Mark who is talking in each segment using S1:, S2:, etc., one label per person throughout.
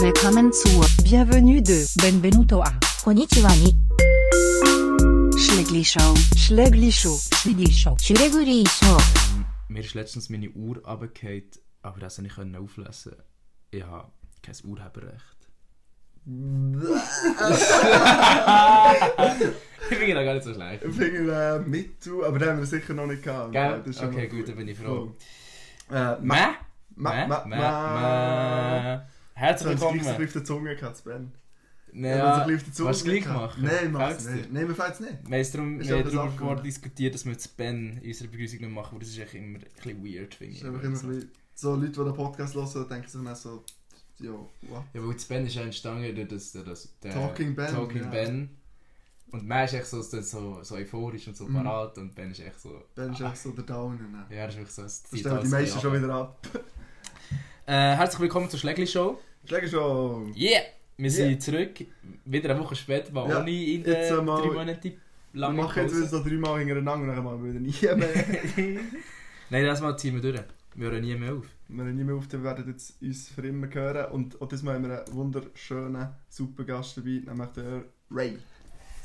S1: Willkommen zur
S2: Bienvenue de Benvenuto à
S3: Konnichiwa ni
S1: Schlegli Show.
S2: Schlegli Show. Schlegli Show.
S3: Shureguri Show.
S4: Mir ist letztens meine Uhr runtergefallen, aber das konnte ich nicht auflesen. Ich habe kein Urheberrecht. ich finde das gar nicht so schlecht.
S5: Finger äh, mit zu, aber den haben wir sicher noch nicht gehabt.
S4: Gell?
S5: Das ist schon
S4: Okay,
S5: mal
S4: gut, dann bin ich froh.
S5: Äh, ma,
S4: Mä?
S5: ma, ma, ma.
S4: Mä? Herzlich
S5: Jetzt hast du es gleich
S4: willkommen.
S5: auf der Zunge gehabt, Ben.
S4: Naja,
S5: Hast
S4: willst du es gleich machen?
S5: Nein, mach's
S4: Fällt's dir?
S5: nicht. Nein, mir fällt's nicht.
S4: Wir haben darum-
S5: Ist
S4: wir haben
S5: aber
S4: darüber
S5: Sache,
S4: vorher
S5: oder?
S4: diskutiert, dass wir das Ben in unserer Begrüßung nicht machen, weil das ist echt immer ein bisschen weird, finde
S5: Das
S4: ich.
S5: ist einfach immer ein bisschen... So Leute, die den Podcast hören, denken sich dann so... Ja, what?
S4: Ja, weil das Ben ist ja entstanden durch das, durch das der
S5: Talking Ben,
S4: Talking
S5: ja.
S4: Ben. Und man ist echt so, so- so, so euphorisch und so
S5: Mhm.
S4: parat und Ben ist echt so...
S5: Ben ist echt so der Downer. ne?
S4: Ja, das ist wirklich so ein
S5: Das stellen die meisten schon wieder ab.
S4: Äh, herzlich willkommen zur Schlägli-Show.
S5: Schläger schon!
S4: Yeah! Wir sind zurück, wieder eine Woche später, mal
S5: Ja,
S4: ohne in
S5: jetzt
S4: der drei
S5: einmal-
S4: Monate
S5: Wir
S4: lange
S5: machen jetzt wieder
S4: Pause.
S5: so dreimal hintereinander und dann machen wir wieder nie mehr.
S4: Nein, das mal ziehen wir durch. Wir hören nie mehr auf.
S5: Wir haben nie mehr auf, wir werden jetzt uns für immer hören. Und auch diesmal haben wir einen wunderschönen, super Gast dabei, nämlich der Ray.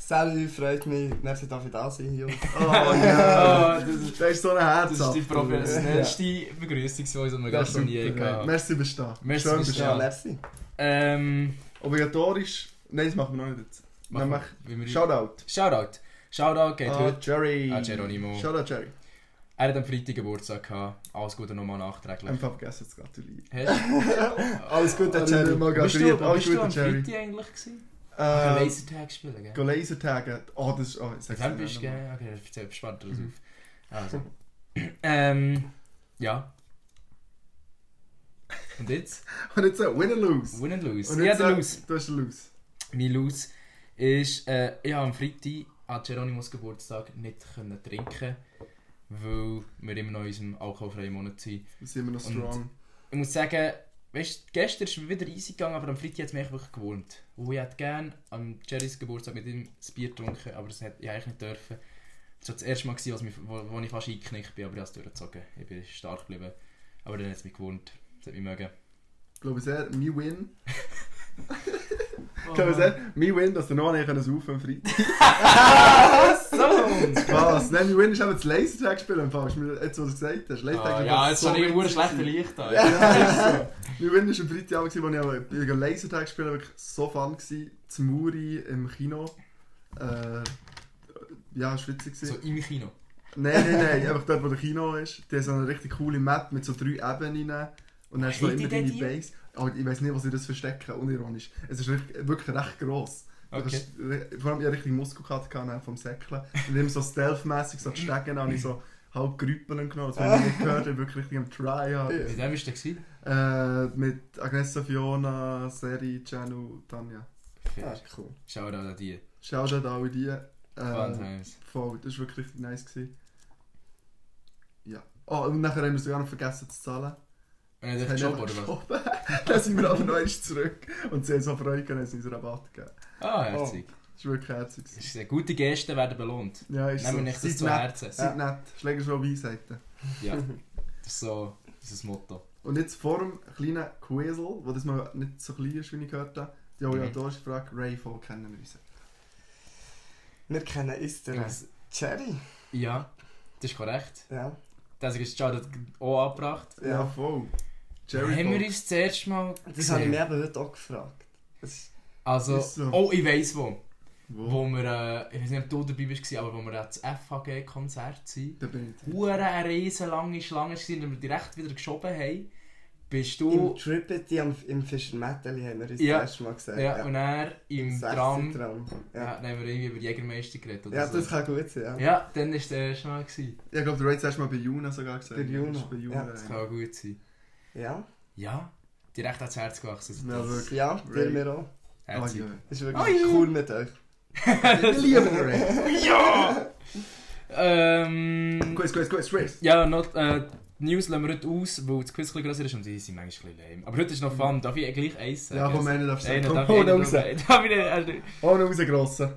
S6: Salut, freut mich. Merci, darf ich da sein, Jungs.
S5: Oh ja!
S4: Oh, das ist-
S5: Der ist so ein Herz.
S4: Das ist die professionellste Begrüßungsweise, die wir
S5: Das
S4: gerade noch
S5: stimmt.
S4: nie
S5: Ja.
S4: hatten.
S5: Merci bist du da.
S4: Merci
S5: Schön
S4: bist
S5: bist
S4: du
S5: du
S4: da.
S5: da.
S6: Merci.
S4: Ähm,
S5: Obligatorisch. Nein, das machen wir noch nicht jetzt.
S4: machen
S5: Nämlich
S4: wir- wie wir-
S5: Shoutout.
S4: Shoutout. Shoutout geht
S5: Ah,
S4: heute.
S5: Jerry.
S4: an Geronimo.
S5: Shoutout Jerry.
S4: Er hat am Freitag Geburtstag gehabt. Alles Gute nochmal nachträglich.
S5: Einfach vergessen zu gratulieren.
S4: Hast
S6: Alles Gute, Jerry.
S5: Mal
S4: du, bist du,
S5: gratuliert. Alles
S4: bist du
S5: Gute,
S4: am
S5: Jerry.
S4: Freitag eigentlich gewesen? Äh,
S5: Äh,
S4: Lasertag spielen, gell?
S5: Go Laser taggen. Oh, das ist... Oh, ich sag's
S4: Dann
S5: nicht
S4: bist du,
S5: nochmal. Mhm.
S4: gell? Okay, das erzählt spannend daraus auf. Also. ähm, ja. Und jetzt?
S5: Und jetzt so, win or lose.
S4: Win and lose.
S5: Und
S4: ja,
S5: jetzt
S4: der
S5: so,
S4: Lose.
S5: Du hast den Lose.
S4: Mein Laus ist, äh, ich habe am Freitag an Geronimos Geburtstag nicht können trinken, weil wir immer noch in unserem alkoholfreien Monat sind.
S5: Wir sind immer noch
S4: Und-
S5: strong.
S4: Ich muss sagen, weißt, gestern ist mir wieder easy gegangen, aber am Freitag hat es mich echt wirklich gewohnt. Und ich hätte gerne am Jerrys Geburtstag mit ihm das Bier getrunken, aber das hätte ich eigentlich nicht dürfen. Das war das erste Mal, gewesen, was mich, wo, wo ich fast eingeknickt bin, aber ich habe es durchgezogen. Ich bin stark geblieben. Aber dann hat es mich gewohnt. Das hat mich mögen.
S5: Ich glaube sehr, mein Win. Ich glaube sehr, mein Win, dass der Noah nicht saufen konnte am Freitag.
S4: So!
S5: Was? Nein, mein Win ist eben das Lasertag spielen im Fall. Ist mir jetzt, was du gesagt hast. Lasertag
S4: Ah,
S5: ist
S4: ja,
S5: einfach
S4: jetzt
S5: so
S4: habe ich ein
S5: witzig.
S4: schlechter Licht an.
S5: Mein Win war am Freitagabend, gewesen, wo ich aber bei einem Lasertag spielen wirklich so fun war. Zu Muri im Kino. Äh, ja, es war witzig.
S4: So
S5: gewesen.
S4: im Kino.
S5: Nein, nein, nein. Einfach dort, wo der Kino ist. Die haben so eine richtig coole Map mit so drei Ebenen. Und dann hast du
S4: Haben
S5: immer
S4: die denn
S5: deine
S4: die?
S5: Base. Aber ich weiß nicht, was sie das verstecken, unironisch. Es ist recht, wirklich recht gross. Du
S4: Okay.
S5: kannst re- Vor allem, ich hatte richtig Muskelkater gehabt, dann vom Säckeln. Und immer so stealth-mässig so gestegen, habe ich so halb Grüppeln genommen. Das habe ich nicht gehört, ich war wirklich richtig am Try.
S4: Wie dem ist der gewesen?
S5: Äh, mit Agnesa Fiona, Seri, Cenu, Tanja.
S6: Ah,
S4: Fair.
S6: cool.
S4: Schau da an
S5: Ähm.
S4: die.
S5: Schaut an alle die.
S4: Fun
S5: Äh,
S4: times.
S5: voll, das war wirklich richtig nice. Gewesen. Ja. Oh, und nachher haben wir sogar noch vergessen zu zahlen.
S4: Und dann
S5: Das
S4: Äh, Job
S5: haben
S4: oder
S5: wir
S4: was?
S5: geschoben. Dann sind wir aber noch einmal zurück. Und sie haben so Freude gehabt, haben sie uns Rabatt gegeben.
S4: Ah, herzig.
S5: Das war wirklich herzig. gewesen.
S4: Das ist, äh, gute Gesten werden belohnt.
S5: Ja, ist
S4: Nehmen wir
S5: Oh. so.
S4: nicht das
S5: Seid
S4: zu
S5: nett,
S4: Herzen.
S5: Seid nett. Schläger schon Weisheiten.
S4: Ja. Das ist so unser Motto.
S5: Und jetzt vor dem kleinen Quizzel, wo das mal nicht so klein ist, wie ich gehört habe, die
S4: Mhm.
S5: obligatorische Frage, Ray, voll kennen wir uns.
S6: Wir kennen uns den
S4: Das-
S6: Jerry.
S4: Ja, das ist korrekt.
S6: Ja.
S4: Deswegen ist Jared auch angebracht.
S6: Ja.
S5: Ja, voll. Jerry
S4: Haben wir
S5: voll.
S4: uns zuerst mal
S6: Das habe ich
S4: gesehen?
S6: mich eben heute auch gefragt. Das ist
S4: Also,
S5: Ist so.
S4: oh, ich weiss wo.
S5: Wo?
S4: Wo wir, äh, ich weiß nicht, ob du dabei warst, aber wo wir das FHG-Konzert sind.
S5: Da bin ich.
S4: Hure eine riesen lange Schlange waren und wir direkt wieder geschoben haben. Bist
S6: Im
S4: du...
S6: Tripity am, im Fischermettelli haben wir uns
S4: Oh. Ja.
S6: das erste Mal gesehen.
S4: Ja, und er im
S6: Sechster
S4: Tram. Ja.
S6: Ja.
S4: dann haben wir irgendwie über Jägermeister geredet oder
S6: ja,
S4: so.
S6: das kann gut sein, ja.
S4: Ja, dann war der schon mal. Gewesen.
S5: Ich glaube, du hast erst mal bei Juna sogar gesagt.
S6: Bei Juna.
S5: Das ist Bei Juna.
S6: Ja,
S4: Das kann auch gut sein.
S6: Ja,
S4: Ja, direkt ans Herz gewachsen.
S5: Ja, wirklich.
S6: ja dir
S5: Ray.
S6: mir auch.
S5: Oh,
S4: Herzig.
S5: ja.
S6: Das ist wirklich cool mit euch.
S5: Wir lieben den Ray.
S4: ja! ähm,
S5: Quiz, quiz, quiz, quiz.
S4: Ehm, ja, noch äh, die News lassen wir heute aus, weil das Quiz ein bisschen grösser ist und die sind manchmal ein bisschen lame. Aber heute ist noch fun, darf ich eh gleich eins sagen?
S5: Ja, komm, einer darf
S4: Nein, dann
S5: sagen.
S4: darf
S5: Komm,
S4: ich eh
S5: ohne
S4: nicht
S5: raus.
S4: drauf- darf ich nicht-
S5: Ohne raus, Grossen.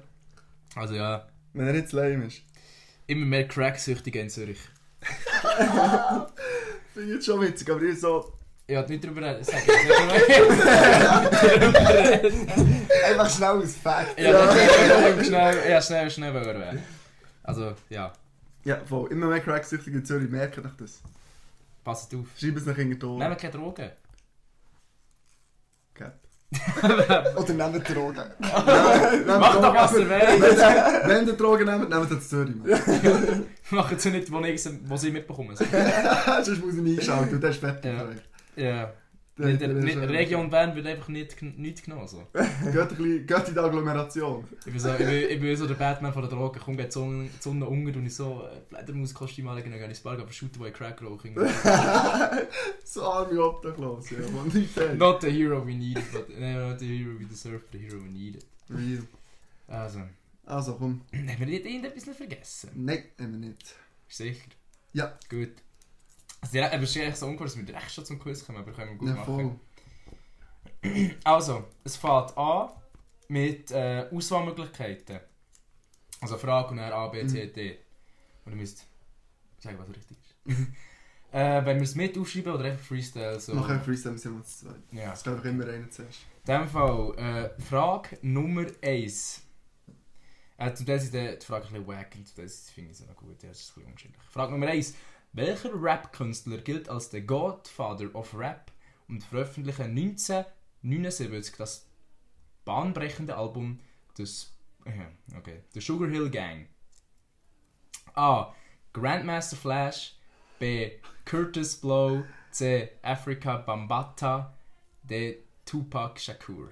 S4: Also ja,
S5: Wenn er jetzt lame ist.
S4: immer mehr Cracksüchtige in Zürich.
S5: Finde ich jetzt schon witzig, aber ich so...
S4: Ich wollte nicht drüber reden. Sag ich nicht drüber reden.
S6: Einfach schnell aus Fact.
S4: Ja, das- ich hab schnell, ja, schnell, schnell wollen erwähnen. Also, ja,
S5: Ja, voll. Immer mehr Cracksüchtige in Zürich merken doch das.
S4: passt auf.
S5: Schreib es nach hinten
S4: Nehmen
S5: Ohren.
S4: keine Drogen.
S5: Gell.
S6: Oder nehmt Drogen.
S5: Nehmt- nehmt
S4: Mach doch
S5: Drogen,
S4: was
S5: aber-
S4: ihr wollt.
S5: Wenn- Wenn ihr Drogen nehmt, nehmt ihr zu Zürich. Mann.
S4: Machen sie nicht, wo ich- wo sie mitbekommen.
S5: Sonst muss ich ihn einschalten und der ist fertig.
S4: Ja.
S5: für euch.
S4: Ja.
S5: Der-
S4: Nicht,
S5: der ist
S4: nicht,
S5: fertig.
S4: Region Bern wird einfach nicht, gn- nicht genommen. So.
S5: Geht, ein bisschen, geht in die Agglomeration.
S4: Ich, bin so, ich, bin, ich bin so der Batman von der Drogen. Komm, geht die Sonne, die Sonne unter und ich so äh, Fledermauskostüm anlegen und gehe ins Park, aber shooter boy Crack rauchen.
S5: So arme Obdachlos, ja. Man, nicht fair.
S4: Not the hero we needed, but no, not the hero we deserve, the hero we needed.
S5: Real. Ah,
S4: Also, haben
S5: Also komm.
S4: wir nicht irgendetwas noch vergessen?
S5: Nein, haben wir nicht.
S4: Bist du sicher?
S5: Ja.
S4: Gut. Also, direkt, aber es ist eigentlich so uncool, dass wir direkt schon zum Quiz kommen, aber können wir gut
S5: Ja,
S4: machen.
S5: voll.
S4: Also, es fängt an mit äh, Auswahlmöglichkeiten. Also Frage und dann A, B, C, D. Und ihr müsst sagen, was richtig ist. äh, wenn wir es mit aufschreiben oder einfach Freestyle so.
S5: Machen wir Freestyle, sind wir zu zweit.
S4: Ja.
S5: Es geht doch immer einer zuerst.
S4: In dem Fall, äh, Frage Nummer 1. Äh, zu dieser ist die die Frage ein bisschen wack und zu dieser finde ich sie noch gut. Ja, das ist ein bisschen unterschiedlich. Frage Nummer 1. Welcher Rap-Künstler gilt als der Godfather of Rap und veröffentlichte 1979 das bahnbrechende Album des, äh, okay, The Sugar Hill Gang? A. Grandmaster Flash B. Curtis Blow C. Africa Bambata D. Tupac Shakur.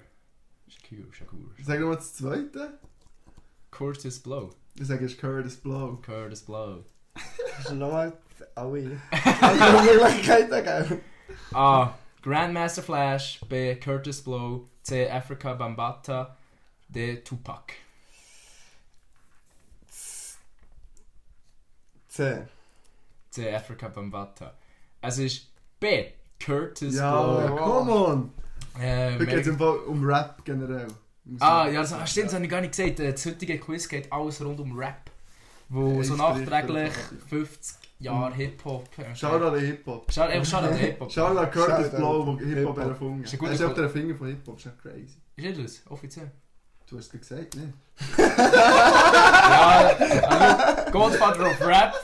S4: Shakur, Shakur.
S5: Sag nochmal das zweite.
S4: Curtis Blow.
S5: Ich sage, es ist Curtis Blow.
S4: Curtis Blow.
S6: Hast du nochmal alle
S4: Ah.
S6: Möglichkeiten gegeben?
S4: A. Grandmaster Flash. B. Curtis Blow. C. Africa Bambata. D. Tupac.
S6: C.
S4: C. Africa Bambata. Es ist B. Curtis
S5: Ja,
S4: Blow.
S5: come on!
S4: Äh,
S5: Heute geht
S4: Mary-
S5: es um Rap generell.
S4: Ah, ja, das, ah, stimmt, das habe ich gar nicht gesagt. Äh, Das heutige Quiz geht alles rund um Rap. Wo
S5: Ja,
S4: so
S5: ich
S4: nachträglich
S5: spreche davon.
S4: 50
S5: Mm.
S4: Jahre Hip-Hop.
S5: Schau da den Hip-Hop.
S4: Schau einfach schau an den eh, Hip-Hop.
S5: Schau da Curtis
S6: Shoutout.
S5: Blow, der Hip-Hop
S6: Hip-Hop.
S5: erfunden
S4: Ist ein
S5: hat.
S4: guter
S5: Er ist auf
S4: Pro-
S5: der Finger von Hip-Hop, ist ja crazy.
S4: Ist nicht das? Offiziell.
S5: Du hast es gesagt, ne?
S4: Ja, also, Godfather of Rap.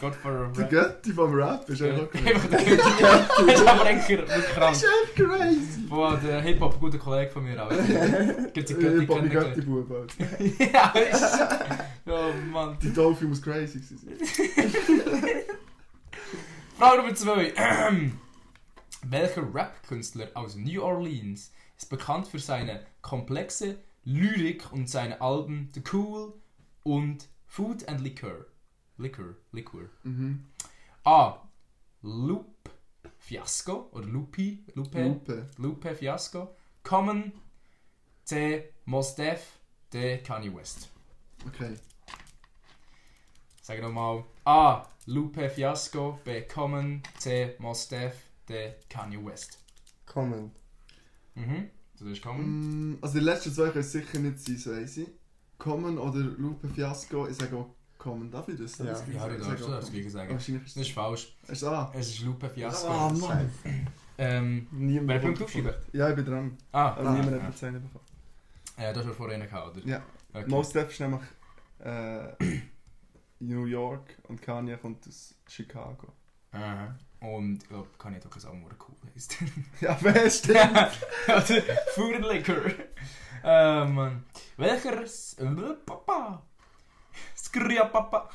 S4: Godfather of
S5: Der
S4: Rap.
S5: Götti vom Rap ist einfach crazy.
S4: Einfach der Götti. Ist aber echt
S5: Das
S4: krank.
S5: ist echt crazy!
S4: Boah, der eh, Hip-Hop, guter Kollege von mir auch. Gibt es Götti
S5: Hip-Hop, die
S4: kennengelernt?
S5: Götti-Bub. Alter.
S4: Ja, ist. Oh Mann.
S5: Die Dolphin muss crazy sein.
S4: Frage Nummer 2. Welcher Rap-Künstler aus New Orleans ist bekannt für seine komplexe Lyrik und seine Alben The Cool und Food and Liquor? Liquor, Liquor.
S5: Mhm.
S4: A. Loop Fiasco oder Lupi, Lupe,
S5: Lupe.
S4: Lupe Fiasco. Common. C. Mos Def. D. Kanye West.
S5: Okay.
S4: Sag nochmal. A. Lupe Fiasco. B. Common. C. Mos Def. D. Kanye West.
S6: Kommen.
S4: Mhm. So, das ist Common.
S5: Mm, Also die letzten zwei können es sicher nicht sein, so weiss ich. Common oder Lupe Fiasco, ich sage auch Common. Darf ich das? Darf
S6: Ja.
S5: ich das
S4: Ja, du
S5: Ich
S4: darfst,
S5: sage
S4: du
S5: auch
S4: darfst
S5: Common. Oh,
S4: gleich sagen.
S5: Wahrscheinlich ist
S4: Das ist
S5: es...
S4: falsch.
S5: Es ist A.
S4: Es ist Lupe Fiasco.
S6: Ah, Mann.
S4: Ähm,
S5: Niemand
S4: Wer Punkt
S5: hat
S4: aufschreiben?
S5: gefunden. Ja, ich bin dran.
S4: ah,
S6: Also
S5: Aber
S4: ah,
S5: niemand
S4: ah.
S5: hat Zeichen bekommen.
S4: Ja, das war vorhin gehabt, oder?
S5: Ja.
S4: Okay.
S5: Most Def ist nämlich äh, New York und Kanye kommt aus Chicago.
S4: Aha. Und ich glaube, Kanye hat auch gesagt, wo cool ist.
S5: Ja, wer stimmt?
S4: Ja, also, Food and Liquor. Äh, Mann. Welches. Papa. Skria Papa.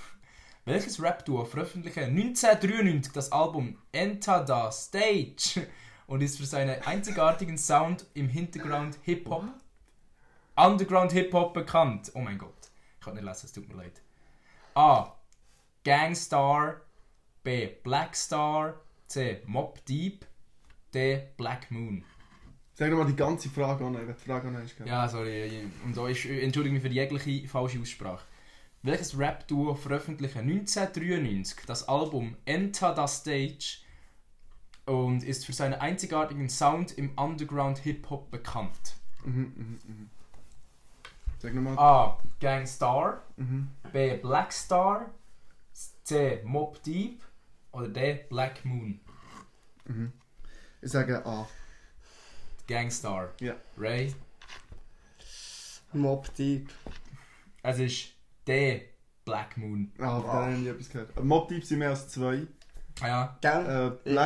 S4: Welches Rap-Duo veröffentlichte 1993 das Album Enter the Stage und ist für seinen einzigartigen Sound im Hintergrund Hip-Hop, Underground Hip-Hop bekannt? Oh mein Gott, ich kann nicht lesen, es tut mir leid. A. Gangstar. B. Blackstar. C. Mob Deep. D. Black Moon.
S5: Sag nochmal die ganze Frage an, ich will die Frage an euch
S4: Ja, sorry. ich- Und da ist, äh, entschuldige mich für jegliche falsche Aussprache. Welches Rap-Duo veröffentlichte 1993 das Album Enter the Stage und ist für seinen einzigartigen Sound im Underground Hip-Hop bekannt?
S5: Mhm, mhm, mhm. Sag nochmal.
S4: A. Gangstar,
S5: Mhm.
S4: B. Blackstar, C. Mob Deep oder D. Black Moon?
S5: Ich sage ah. A.
S4: Gangstar.
S5: Ja.
S4: Ray.
S6: Mob Deep.
S4: Es ist D. Black Moon.
S5: Ah, von denen habe ich nie etwas gehört. Aber Mob Deep sind mehr als zwei.
S4: Ah ja.
S6: Gell?
S5: Äh,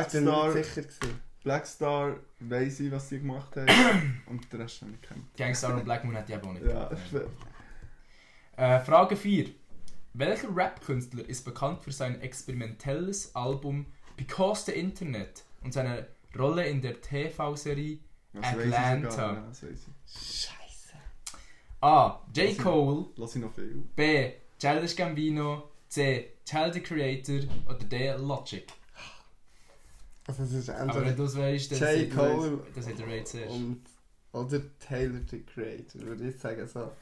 S6: ich bin mir
S5: Blackstar,
S6: nicht sicher gewesen.
S5: Blackstar weiss ich, was sie gemacht haben. und den Rest habe ich nicht gekannt.
S4: Gangstar und Black Moon hat die eben auch nicht.
S5: Ja,
S4: Äh, Frage 4. Welcher Rap-Künstler ist bekannt für sein experimentelles Album Because the Internet und seine Rolle in der TV-Serie
S5: das weiss ich sogar,
S4: Atlanta.
S5: Ja, das weiss ich.
S6: Scheiße.
S4: A. J. Cole,
S5: Lass ich noch viel.
S4: B. Childish Gambino, C. Child the Creator oder D. Logic.
S6: Also es ist
S4: Aber wenn
S6: entweder
S4: du es weißt, dann
S6: J.
S4: sind-
S6: Cole Um-
S4: das hat der Ray zuerst.
S6: und oder Taylor the Creator, würde ich sagen so.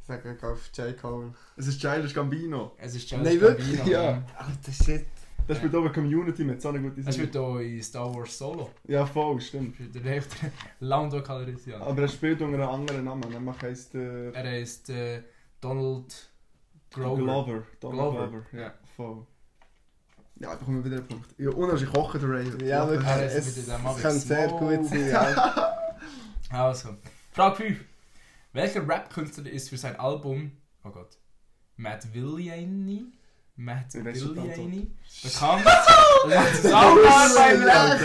S6: Ich sage, ich gehe auf J. Cole.
S5: Es ist Childish Gambino.
S4: Es ist
S6: Nein,
S4: Childish
S6: wirklich?
S4: Gambino.
S5: Ja.
S6: Alter Shit.
S4: Ja.
S5: Das spielt aber Community mit so einer guten
S4: Das
S5: Serie.
S4: wird hier in Star Wars Solo.
S5: Ja, voll, stimmt.
S4: Der recht Lando Calrissian.
S5: Aber er spielt unter einem anderen Namen. Nämlich heisst er
S4: Er heißt äh, Donald Grover.
S5: Glover. Donald
S4: Glover,
S5: Glover.
S4: ja.
S5: Ja, voll. Ja, da kommen wir wieder einen Punkt. Ja, und ich koche der Ray.
S6: Ja, wirklich.
S4: er ist
S6: Äh, Es,
S4: also mit
S6: es
S4: dem Mavic
S6: kann sehr
S4: Smoke.
S6: gut sein. Ja.
S4: Also, Frage 5. Welcher Rap-Künstler ist für sein Album, oh Gott, Matt Villani? Matt
S5: Ich weiss schon die
S4: Villani? Bekannt? Das Zusammenarbeit,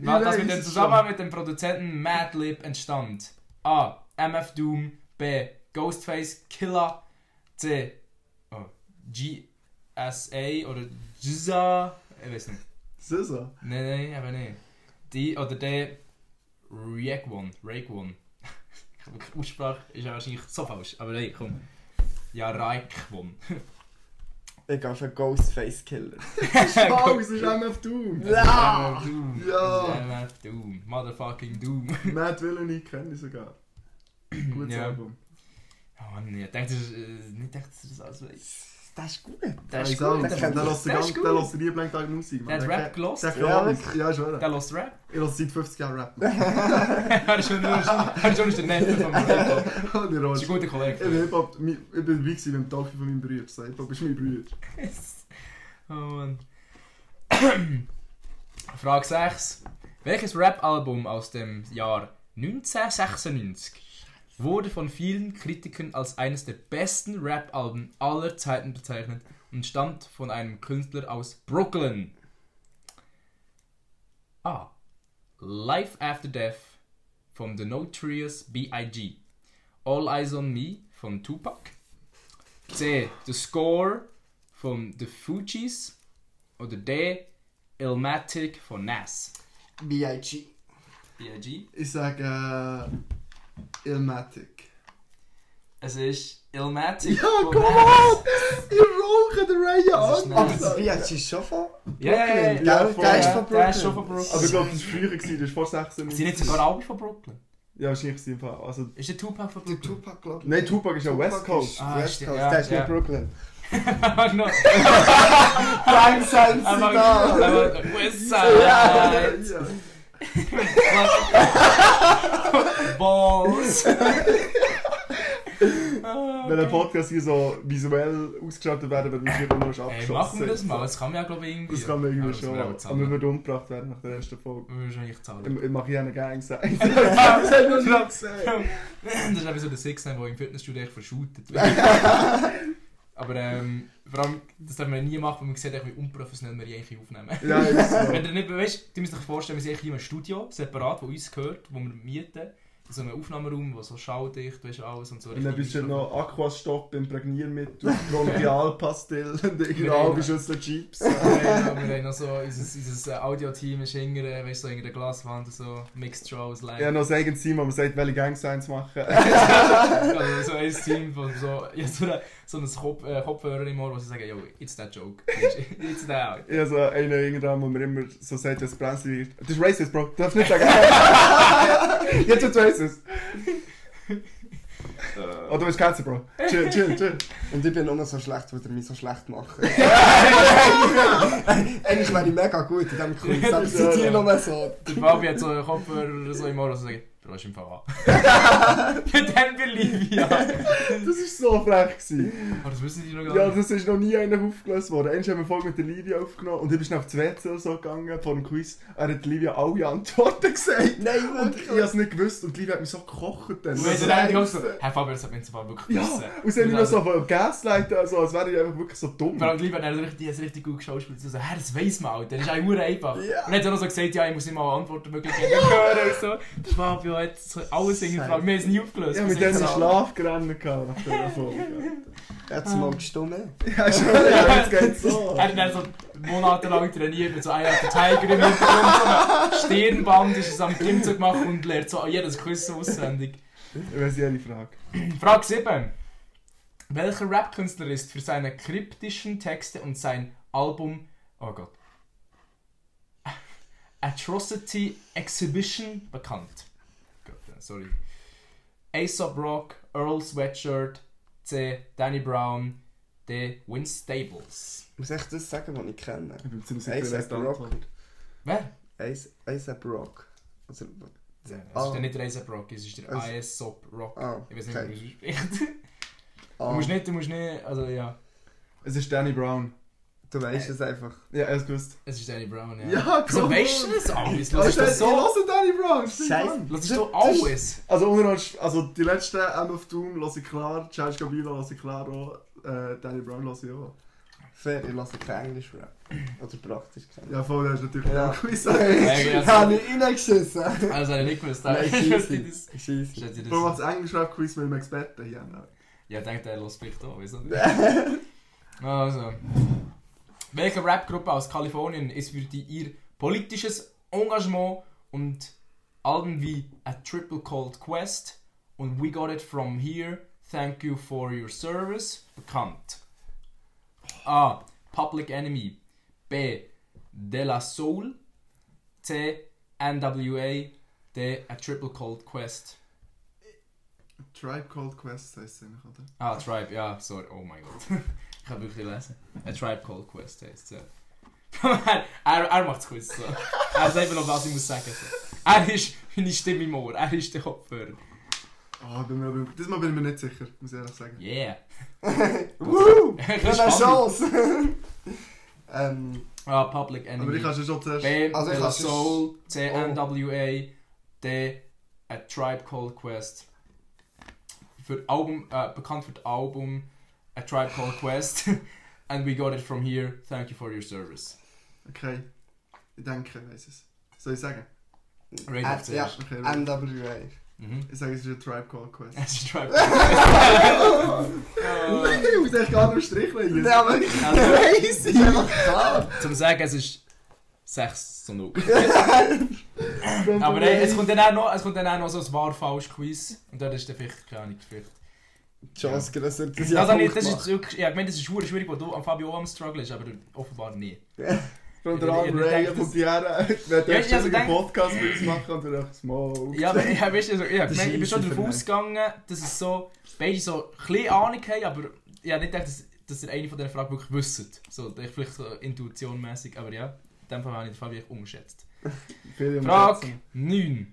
S5: Ich
S4: das
S5: weiss
S4: mit dem
S5: es
S4: Zusammenarbeit mit dem Produzenten Madlib entstand. A. MF Doom. B. Ghostface Killer. C. Oh, GSA oder GZA. Ich weiß nicht.
S5: Sisa.
S4: Nein, nein, aber nein. Die oder der Rayquan. Rayquan. Die Aussprache ist ja wahrscheinlich so falsch, aber nein, komm. Ja, Rayquan.
S6: Ich gehe für Ghostface Killer.
S5: Oh, es ist MF Doom.
S4: Ja! Doom.
S5: Ja.
S4: Das ist MF Doom. Motherfucking Doom.
S5: Matt Villainy kenne ich sogar. Gutes
S4: Ja.
S5: Album.
S4: Oh Mann, ich denke, das ist, äh, nicht gedacht, dass das alles weiss.
S6: Das ist gut.
S4: Das
S5: ich
S4: ist
S5: sag,
S4: gut.
S5: Der
S4: Das
S6: kann-
S5: lässt den
S4: Das ist
S5: ganzen-
S4: gut.
S5: der lässt den lieben langen Tag Musik. man.
S4: Der hat Rap gelost.
S5: Der
S6: Ja,
S5: kann alles. Ja, ist wahr.
S4: Der lässt Rap.
S5: Ich lasse seit 50 Jahren Rap.
S4: Er ist schon nur er ist schon nur der Neffe von Rayquan.
S5: Und ich
S4: Das ist ein
S5: rollst.
S4: guter
S5: Ich bin
S4: Kollege.
S5: Hip-Hop, mein- ich bin wie gewesen beim Taufen von meinem Bruder. So, Hip-Hop ist mein Bruder.
S4: Oh Mann. Frage 6. Welches Rap-Album aus dem Jahr 1996 wurde von vielen Kritikern als eines der besten Rap-Alben aller Zeiten bezeichnet und stammt von einem Künstler aus Brooklyn? A. Life After Death von The Notorious B.I.G. All Eyes on Me von Tupac. C. The Score von The Fugees. Oder D. Illmatic von Nas.
S6: B.I.G.
S4: B.I.G.
S5: Ich
S6: eh,
S5: sage äh, Illmatic.
S4: Es ist Illmatic
S5: Ja,
S4: von
S5: komm
S4: Nas.
S5: on! Ich rauche den Ray
S4: Das ist
S5: an!
S4: nice.
S6: Das B.I.G. ist schon von
S4: Ja, ja, ja, ja.
S6: Brooklyn,
S5: Ja,
S6: gell?
S5: voll.
S6: Der ist von
S4: Der ist schon von
S6: Brooklyn.
S4: Brooklyn.
S5: Aber also, ich glaube, das war früher, gewesen, das war vor 16
S4: Sind jetzt sogar alle von Brooklyn?
S5: Ja, wahrscheinlich sind wir. Also,
S4: Ist der Tupac von
S6: Der
S4: Brooklyn?
S6: Tupac, glaube ich.
S5: nein, Tupac ist ja West
S6: Tupac
S5: Coast.
S6: ist
S4: Ah,
S6: West
S4: stimmt,
S6: Coast,
S4: ja,
S6: der ist
S4: ja.
S6: nicht Brooklyn.
S4: no.
S6: Langsam sind
S4: Aber-
S6: da.
S4: aber- Westside.
S5: Ja.
S4: Balls.
S5: Wenn ein Podcast hier so visuell ausgeschaltet werden, wird mich hier nur noch
S4: Ey,
S5: abgeschossen.
S4: machen wir das mal. Das kann man ja, glaube ich, irgendwie.
S5: Das kann man irgendwie
S4: Aber das
S5: schon.
S4: wir auch
S5: Aber wir
S4: zahlen.
S5: würden umgebracht werden nach der ersten Folge.
S4: Wir müssen eigentlich zahlen.
S5: Ich, ich mache hier eine Gang sein. das hat nur noch gesehen.
S4: Das ist eben so der Sixer, der im Fitnessstudio echt verschautet wird. Aber ähm, vor allem, das darf man nie machen, weil man sieht, echt, wie unprofessionell wir hier eigentlich aufnehmen.
S5: Ja, ist so.
S4: Wenn ihr nicht weißt, ihr müsst euch vorstellen, wir sind eigentlich hier in einem Studio, separat, wo uns gehört, wo wir mieten. In so einem Aufnahmeraum, wo so schalldicht ist alles und so.
S5: Und dann
S4: richtig
S5: bist du
S4: eingeschlafen.
S5: noch Aquastopp, Imprägniermittel, Bronchialpastillen, irgendwie halbe Schüssel Chips.
S4: Wir haben noch- wir haben noch so, unser, unser Audio-Team ist hinter, weißt du, so hinter der Glaswand, so Mixed Shows, Live.
S5: Ja, noch sagen Simon, man sagt, welche Gang Signs machen.
S4: Also so ein Team von so, ja, so, eine, so ein Kopf, äh, Kopfhörer im Ohr, wo sie sagen, yo, it's that joke. It's that out.
S5: Ja, so einer irgendwann, wo man immer so sagt, dass Bremse wird. Das ist racist, Bro. Du darfst nicht sagen. Jetzt wird's racist.
S4: Äh.
S5: Oh, du bist Katze, Bro. Chill, chill, chill.
S6: Und ich bin nur so schlecht, weil er mich so schlecht macht. Eigentlich wäre ich mega gut in diesem Quiz, aber es sind die nur so.
S4: Der Fabi hat so einen Kopfhörer so im Ohr, wo sie sagen, Du lässt im Fall an. Mit dem Bolivia.
S5: Das ist so frech. Gewesen.
S4: Aber das wissen die noch gar
S5: Ja,
S4: nicht.
S5: das ist noch nie einer aufgelöst worden. Einst haben wir Folge mit der Livia aufgenommen und ich bin schnell auf das WC oder so gegangen vor dem Quiz. Er hat die Livia alle Antworten gesagt.
S6: Nein,
S5: Und ich
S6: wirklich.
S5: habe es nicht gewusst und die Livia hat mich so gekocht. Dann.
S4: Und
S6: das
S4: dann denke ich auch so,
S6: Ängste.
S4: Herr Fabian, das hat mir jetzt aber wirklich
S5: Ja,
S4: wissen.
S5: und sie haben mich noch so von Gaslighten, also, als wäre ich einfach wirklich so dumm.
S4: Vor allem lieber, er hat richtig, er hat richtig gut geschauspielt. So, so, «Hä, das weiss man halt, der ist eigentlich nur einfach.
S6: Ja.
S4: Und er hat auch noch so gesagt, ja, ich muss immer Antwortmöglichkeiten ja. hören und so. Der Fabio hat so alles hingefragt, wir haben es nie aufgelöst.
S5: Ja,
S4: Wir
S5: mit
S4: sind genau.
S5: dem ich
S4: so-
S5: Schlaf gerannt gehabt nach dieser Folge.
S6: Jetzt
S4: Ah.
S6: mal gestummen.
S5: Ja, schon, ja, jetzt geht's so.
S4: Er hat dann so monatelang trainiert mit so einem Tiger im Hintergrund, so einem Stirnband ist es am Klimmzug gemacht und lernt so jedes Quiz auswendig.
S5: Ich weiss jede Frage.
S4: Frage 7. Welcher Rapkünstler ist für seine kryptischen Texte und sein Album. Oh Gott. Atrocity Exhibition bekannt? Gott, äh, sorry. Aesop Rock, Earl Sweatshirt, C. Danny Brown, D. Win Stables.
S6: Muss ich das sagen, was ich kenne?
S5: Ich bin ziemlich sicher, dass
S6: A$AP
S5: die
S6: Rock.
S5: Antwort-
S4: Wer?
S6: A$AP Rock. Also,
S4: Es ist
S6: Ah.
S4: der nicht Aesop Rock, es ist der
S6: Es-
S4: Aesop Rock.
S6: ah,
S4: Ich weiß nicht,
S6: okay.
S4: wie man es ausspricht. Du musst nicht, du musst nicht. Also ja.
S5: Es ist Danny Brown.
S6: Du weißt es einfach.
S5: Ja, er ist gewusst.
S4: Es ist Danny Brown, ja.
S5: Ja,
S4: So
S5: komm.
S4: weißt du das alles?
S5: Oh,
S4: Lass
S5: ich
S4: ist das so?
S5: lasse Danny Brown. das ist
S6: Scheiße.
S5: Mann.
S4: Lass ist doch alles.
S5: Also, unter anderem- also die letzten End of Doom lasse ich klar, Charles Gabila lasse ich klar auch, äh, Danny Brown lasse ich auch.
S6: Fair, ich lasse kein Englisch Rap. Oder praktisch kein.
S5: Ja, voll, der ist natürlich
S6: Ja.
S5: auch gewusst.
S4: Ja,
S6: Ich
S4: also-
S6: habe nicht reingeschissen.
S4: Also habe ich nicht gewusst.
S6: Nein,
S4: Ich hätte das.
S6: scheisse. Scheisse.
S4: Ich hätte
S5: Vor allem
S4: das.
S5: das englisch rap quiz mit dem Experten hier.
S4: Ja, denkt er los vielleicht auch, wieso nicht? Also. Welche Rapgruppe aus Kalifornien ist für die ihr politisches Engagement und Alben wie A Triple Cold Quest und We Got It From Here, Thank You For Your Service bekannt? A. Public Enemy B. De La Soul C. NWA D. A Triple Cold Quest
S5: Tribe Called Quest heisst es eigentlich, oder?
S4: Ah, Tribe, ja, sorry, oh mein Gott. ich habe wirklich gelesen. A Tribe Called Quest heisst es. Ja. er, er macht es kurz so. Er sagt mir noch, was ich muss sagen. So. Er ist meine Stimme im Ohr, er ist der Kopfhörer.
S5: Ah, bin mir, aber- diesmal bin ich mir nicht sicher, muss ich ehrlich sagen.
S4: Yeah.
S6: Woo!
S4: Ich
S6: Renaissance! ähm,
S4: Ah, Public
S5: Aber ich
S4: Enemy.
S5: kann schon schon zuerst...
S4: B,
S6: Also
S4: also
S6: ich
S4: La
S6: kann's-
S4: Soul, C, NWA, D, A Tribe Called Quest. Für Album, äh, bekannt für das Album A Tribe Called Quest. And we got it from here. Thank you for your service.
S5: Okay. Ich denke, ich weiss es. Soll ich sagen?
S4: Raid
S6: äh,
S4: of the
S6: ja,
S4: Ash.
S5: Okay, right.
S6: NWA.
S4: Mhm.
S5: Ich sage, es ist ein Tribe Called Quest.
S4: Es ist Tribe
S5: Nein, ich muss echt gar nicht strichen.
S6: Der aber nicht
S4: Also,
S6: ist einfach klar.
S4: zum sagen, es ist 6 zu 0. Aber ey, es kommt dann auch noch, es kommt dann auch noch so ein wahr-falsch-Quiz. Und dort ist dann vielleicht, keine Ahnung, vielleicht.
S6: Die Chance größer, dass ich
S4: Das habe
S6: einen
S4: ich,
S6: Punkt
S4: das
S6: mache.
S4: ist, wirklich- ja, ich meine, das ist verdammt schwierig, weil du am Fabio auch am Struggle ist, aber du offenbar nie.
S5: Von
S4: Ich- ich-
S5: der
S4: ich
S5: Arm Ray
S4: denke,
S5: kommt die her. Wenn
S4: Ja,
S5: der
S4: ich- also
S5: einen
S4: denk-
S5: Podcast mit uns machen und dann Smoke.
S4: Ja, aber ich, weißt du, so, ja, ich, meine, ich bin schon
S5: easy für
S4: davon
S5: mich.
S4: ausgegangen, dass es so, beide so ein bisschen Ahnung haben, aber ich habe nicht gedacht, dass, dass ihr eine von diesen Fragen wirklich wisst. So, vielleicht so intuitionmäßig, aber ja, in dem Fall habe ich den Fabio echt umgeschätzt.
S5: Viele
S4: Frage 9.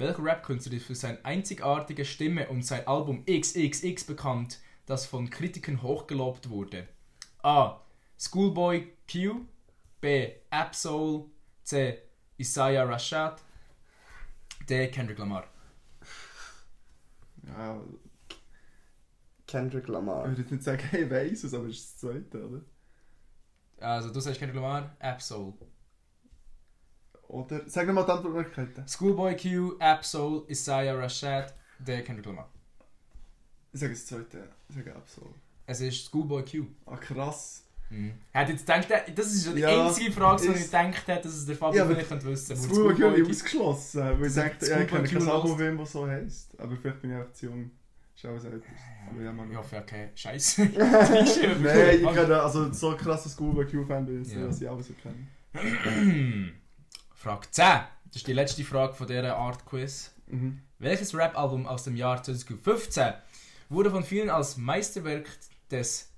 S4: Welcher Rapkünstler ist für seine einzigartige Stimme und sein Album XXX bekannt, das von Kritikern hochgelobt wurde? A. Schoolboy Q B. Absol C. Isaiah Rashad D. Kendrick Lamar
S5: Ja,
S6: Kendrick
S5: ich
S6: Lamar.
S5: würde jetzt nicht sagen, hey, ich weiss es, aber es ist das zweite, oder?
S4: Also du sagst Kendrick Lamar, Absol.
S5: Oder? Sag nochmal die Antwortmöglichkeiten.
S4: Schoolboy Q, Absol, Isaiah Rashad D. Kendrick Lamar.
S5: Ich sage das zweite. Ich sage Absol.
S4: Es ist Schoolboy Q.
S5: Ah, krass.
S4: Mhm. Hat jetzt gedacht, das ist die
S5: Ja,
S4: einzige Frage, die ich
S5: ist-
S4: gedacht habe, dass es der
S5: Ja,
S4: Fabio
S5: aber
S4: vielleicht nicht wissen
S5: Das
S4: könnte.
S5: Schoolboy Q habe ich ausgeschlossen, weil ich
S4: Das
S5: dachte, ja, ich
S4: Schoolboy
S5: kenne
S4: Q
S5: kein
S4: los.
S5: Album, das so heisst. Aber vielleicht bin ich einfach zu jung. Ist alles älter. Aber ja, man.
S4: Ich hoffe, okay, scheiße. Nein,
S5: Nein, ich kann also so krasser Schoolboy Q-Fan bin ich,
S4: Ja.
S5: nicht, dass ich alles erkenne.
S4: Frage 10. Das ist die letzte Frage von dieser Art Quiz.
S5: Mhm.
S4: Welches Rap-Album aus dem Jahr 2015 wurde von vielen als Meisterwerk des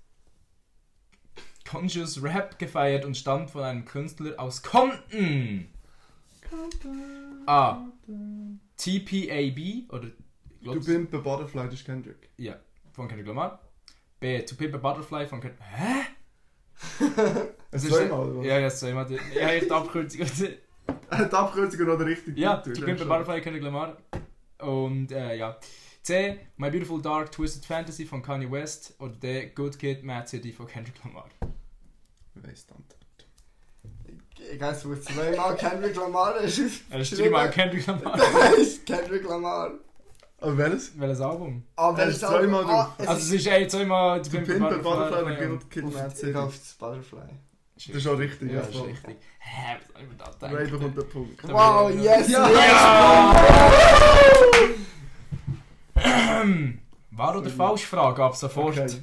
S4: Conscious Rap gefeiert und stammt von einem Künstler aus Compton? A. TPAB oder ich glaub,
S5: Du Pimp a Butterfly, das ist Kendrick.
S4: ja, von Kendrick Lamar. B. To Pimp a Butterfly von Kendrick. Hä?
S5: Es
S4: Das
S5: ist
S4: ist-
S5: zweimal, oder?
S4: Ja, ja, zweimal. Ja, ich die Abkürzung.
S5: Die Abkürzung noch richtig
S4: ja,
S5: gut, du
S4: To
S5: hast
S4: Pimp a
S5: schon.
S4: Butterfly Kendrick Lamar. Und äh, ja. C. My Beautiful Dark Twisted Fantasy von Kanye West. Oder D. Good Kid Mad City von Kendrick Lamar.
S5: Ich weiss die Antwort.
S6: Ich weiß, wo zweimal Kendrick Lamar ist.
S4: Er ist dreimal Kendrick
S6: Lamar.
S4: Lamar.
S6: Das ist Kendrick Lamar. Ah,
S5: Aber welches?
S4: Welches Album?
S6: Aber
S5: Er ist zweimal drauf.
S6: es
S4: Also
S6: ist-
S4: es ist eh zweimal To
S5: Du Pimp a Butterfly, der
S4: und-
S5: Guild Kid Mad
S6: Auf, ich
S5: City.
S6: auf das Butterfly.
S5: Das ist auch richtig,
S4: Ja,
S5: ja.
S4: das ist
S5: voll.
S4: richtig. Hä, was soll ich mir da
S5: Ray bekommt
S4: denken?
S5: den Punkt.
S4: Da
S6: Wow,
S4: bin ich-
S6: yes,
S5: Ja!
S6: yes!
S4: Wahr oder falsch Frage ab sofort.
S5: Okay.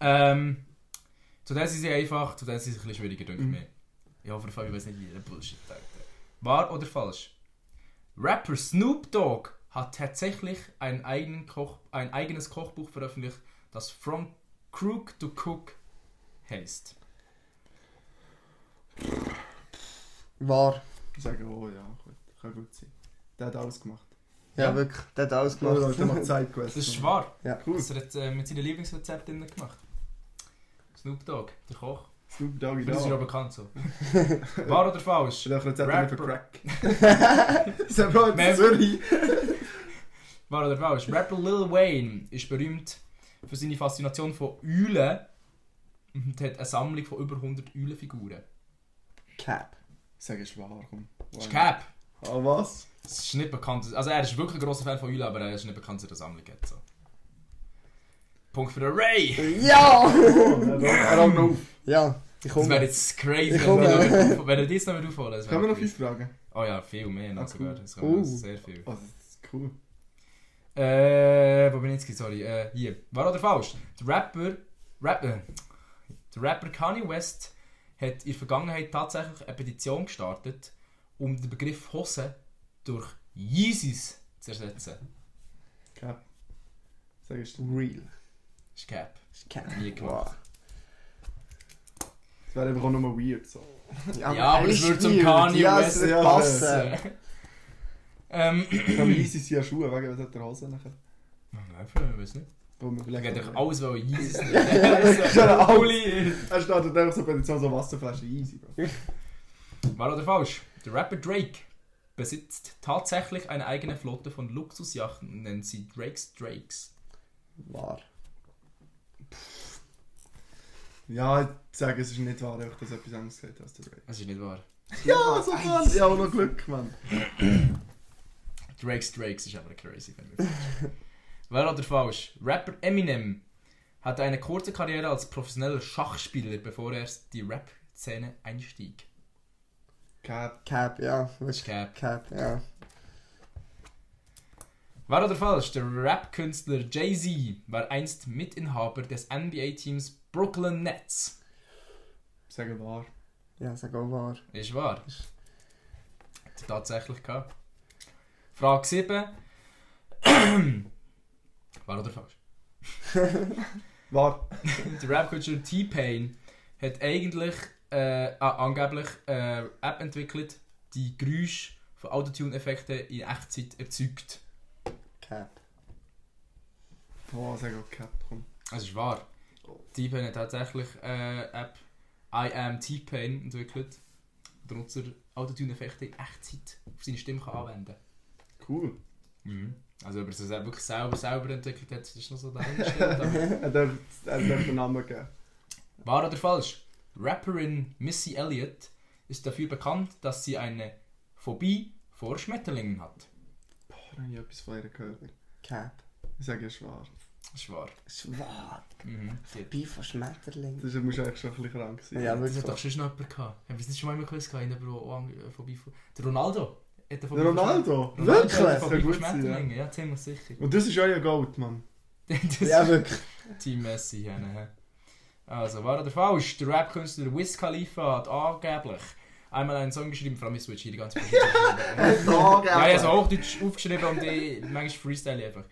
S4: Ähm, zu der sind sie einfach, zu der sind sie ein bisschen schwieriger, denke ich
S5: Mhm.
S4: mir. Ich hoffe, Fabi weiß nicht, wie der Bullshit denkt. Wahr oder falsch? Rapper Snoop Dogg hat tatsächlich einen eigenen Koch, ein eigenes Kochbuch veröffentlicht, das From Crook to Cook heißt.
S6: War.
S5: Ich sage, oh ja, gut. Kann gut sein. Der hat alles gemacht.
S6: Ja,
S4: Ja.
S6: wirklich. Der hat alles
S5: Oh, Leute, der
S6: gemacht.
S5: macht Sidequests.
S4: Das ist wahr.
S6: Ja.
S5: Cool.
S4: Das hat er äh, mit seinen Lieblingsrezepten gemacht. Snoop Dogg, der Koch.
S5: Snoop Doggy
S4: Das ist ja
S5: Dog.
S4: bekannt so. Wahr oder falsch?
S5: Ich dachte, jetzt hat er
S4: Rapper.
S5: einen Crack. Das ist bro,
S4: Man.
S5: das Zürich.
S4: War oder falsch? Rapper Lil Wayne ist berühmt für seine Faszination von Eulen und hat eine Sammlung von über 100 Eulenfiguren.
S6: Cap.
S5: Ich sage, es ist wahr, komm.
S4: Das ist Cap.
S5: Ah, was?
S4: Das ist nicht bekannt. Also er ist wirklich ein großer Fan von Eulen, aber er ist nicht bekannt, dass er eine Sammlung hat. So. Punkt für den Ray!
S6: Ja!
S5: Oh, er hat noch auf.
S6: Ja, ich
S4: Das wäre
S6: komme.
S4: jetzt crazy,
S6: Ich
S4: wenn,
S6: komme.
S4: die noch nicht- wenn er das noch nicht aufholen das wäre
S5: Können wir noch
S4: crazy.
S5: fünf Fragen?
S4: Oh ja, viel mehr noch
S5: Ah,
S4: sogar.
S5: cool.
S4: Das kommen noch
S6: Oh.
S4: sehr viel.
S5: Oh, das ist cool.
S4: Äh, wo bin ich jetzt? Sorry. Äh, hier. War oder falsch? Der Rapper. Rapper. Der Rapper Kanye West hat in der Vergangenheit tatsächlich eine Petition gestartet, um den Begriff Hose durch Yeezys zu ersetzen.
S5: Cap. Sagst du,
S6: Real.
S4: Das ist Cap.
S6: Cap.
S4: Nie gemacht.
S5: das wäre einfach auch nochmal weird. So.
S4: Ja, aber
S6: er
S4: es
S6: ist
S4: würde zum
S6: weird.
S4: Kanye
S6: ja,
S4: West
S6: es würde
S5: ja,
S6: passen.
S4: ähm.
S5: Ich habe easy seine Schuhe, wegen was hat er Hose nachher?
S4: Nein, ich weiß nicht.
S5: Wo wir
S4: Er hat
S5: vielleicht
S4: doch alles wollen Yeezys
S5: Ja, alles.
S4: nehmen.
S5: Er startet einfach so bei so einer Wasserflasche easy, bro.
S4: War oder falsch? Der Rapper Drake besitzt tatsächlich eine eigene Flotte von Luxusjachten und nennt sie Drake's Drakes.
S6: War.
S5: Ja, ich sage, es ist nicht wahr, einfach, dass du etwas anderes gesagt hast, der Ray.
S4: Das ist nicht wahr. Ah,
S5: Ja, so Mann! Ich habe auch noch Glück, Mann.
S4: Drake's Drakes ist aber crazy. wenn wir- Wahr oder falsch? Rapper Eminem hatte eine kurze Karriere als professioneller Schachspieler, bevor er die Rap-Szene einstieg.
S5: Cap.
S6: Cap, ja.
S4: Das ist Cap.
S6: Cap, ja.
S4: Wahr oder falsch? Der Rap-Künstler Jay-Z war einst Mitinhaber des NBA-Teams Brooklyn Nets.
S5: Ich sage wahr.
S6: Ja, sag auch wahr.
S4: Ist wahr. Hat er tatsächlich gehabt. Frage 7. War oder falsch?
S5: Wahr.
S4: Der Rap-Künstler T-Pain hat eigentlich äh, ah, angeblich eine App entwickelt, die Geräusche von Autotune-Effekten in Echtzeit erzeugt.
S6: Cap.
S5: Oh, ich sage auch Cap, komm.
S4: Das ist wahr. T-Pain hat tatsächlich eine App I Am T-Pain entwickelt, die der Nutzer Autotune-Effekte in Echtzeit auf seine Stimme kann anwenden kann.
S5: Cool.
S4: Also ob er es wirklich selber, selber entwickelt hat, ist noch so
S5: er
S4: dahingestellt. aber-
S5: darf er darf den Namen geben.
S4: Wahr oder falsch? Rapperin Missy Elliott ist dafür bekannt, dass sie eine Phobie vor Schmetterlingen hat.
S5: Boah, Oh, da habe ich etwas von ihr gehört.
S6: Cap.
S5: Ich sage, es ist wahr.
S4: Das ist wahr.
S6: Ist wahr.
S4: Mhm.
S6: Bi von Schmetterling.
S5: Das musst du eigentlich schon ein bisschen krank sein.
S6: Ja,
S4: Das hat doch
S6: wirklich.
S4: schon noch jemand gehabt. Haben wir es nicht schon mal jemand gewusst gehabt, in der Büro, oh, Ang- Phobie vor... Der Ronaldo hat eine Phobie
S5: Der Ronaldo?
S4: vor Schmetterlingen. Ronaldo
S6: Wirklich?
S4: hat eine
S5: Das
S4: Phobie
S5: kann
S4: vor
S5: gut sein,
S4: Schmetterlingen, ja. ziemlich sicher.
S5: Und das ist ja ihr Gold, Mann.
S4: das
S6: Ja,
S4: ist
S6: wirklich.
S4: Team Messi hier. ne? Also, war oder falsch? Der Rap-Künstler Wiz Khalifa hat angeblich einmal einen Song geschrieben, vor allem ich switch hier die ganze Zeit. Ja, ich habe so Hochdeutsch aufgeschrieben und ich manchmal freestyle ich einfach.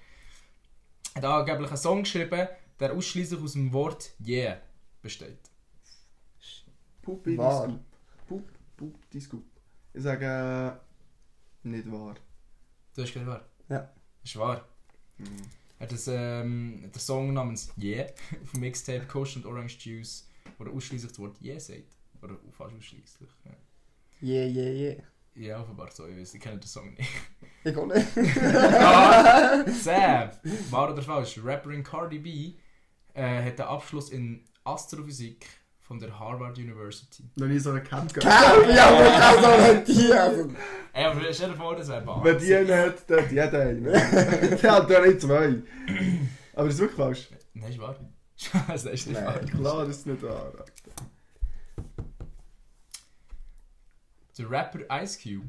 S4: Er hat angeblich einen Song geschrieben, der ausschließlich aus dem Wort Yeah besteht.
S5: Pup in die
S6: Wahr.
S5: Scoop. Pup, pup, die Scoop. Ich sage, äh, nicht wahr.
S4: Du hast gehört, wahr?
S6: Ja.
S4: Das ist wahr.
S5: Mhm.
S4: Er hat das, ähm, den Song namens Yeah vom Mixtape Kush und Orange Juice, wo er ausschließlich das Wort Yeah sagt. Oder fast ausschließlich. Ja.
S6: Yeah, yeah, yeah.
S4: ja, offenbar so, ich weiß, ich kenne den Song nicht.
S6: Ich auch nicht.
S4: Sam, wahr oder falsch? Rapperin Cardi B äh, hat den Abschluss in Astrophysik von der Harvard University.
S5: Noch nie so eine Camp gehabt.
S6: Kerl, ja, aber ich kann so nicht die. Also.
S4: Ey, aber stell dir vor, das wäre wahr.
S5: Wenn die einen hat, dann hat jeder einen. Der hat doch nicht zwei. Aber das ist wirklich falsch.
S4: Nein, ist wahr. das ist nicht wahr.
S6: Nein.
S5: Klar, das ist nicht wahr.
S4: Der Rapper Ice Cube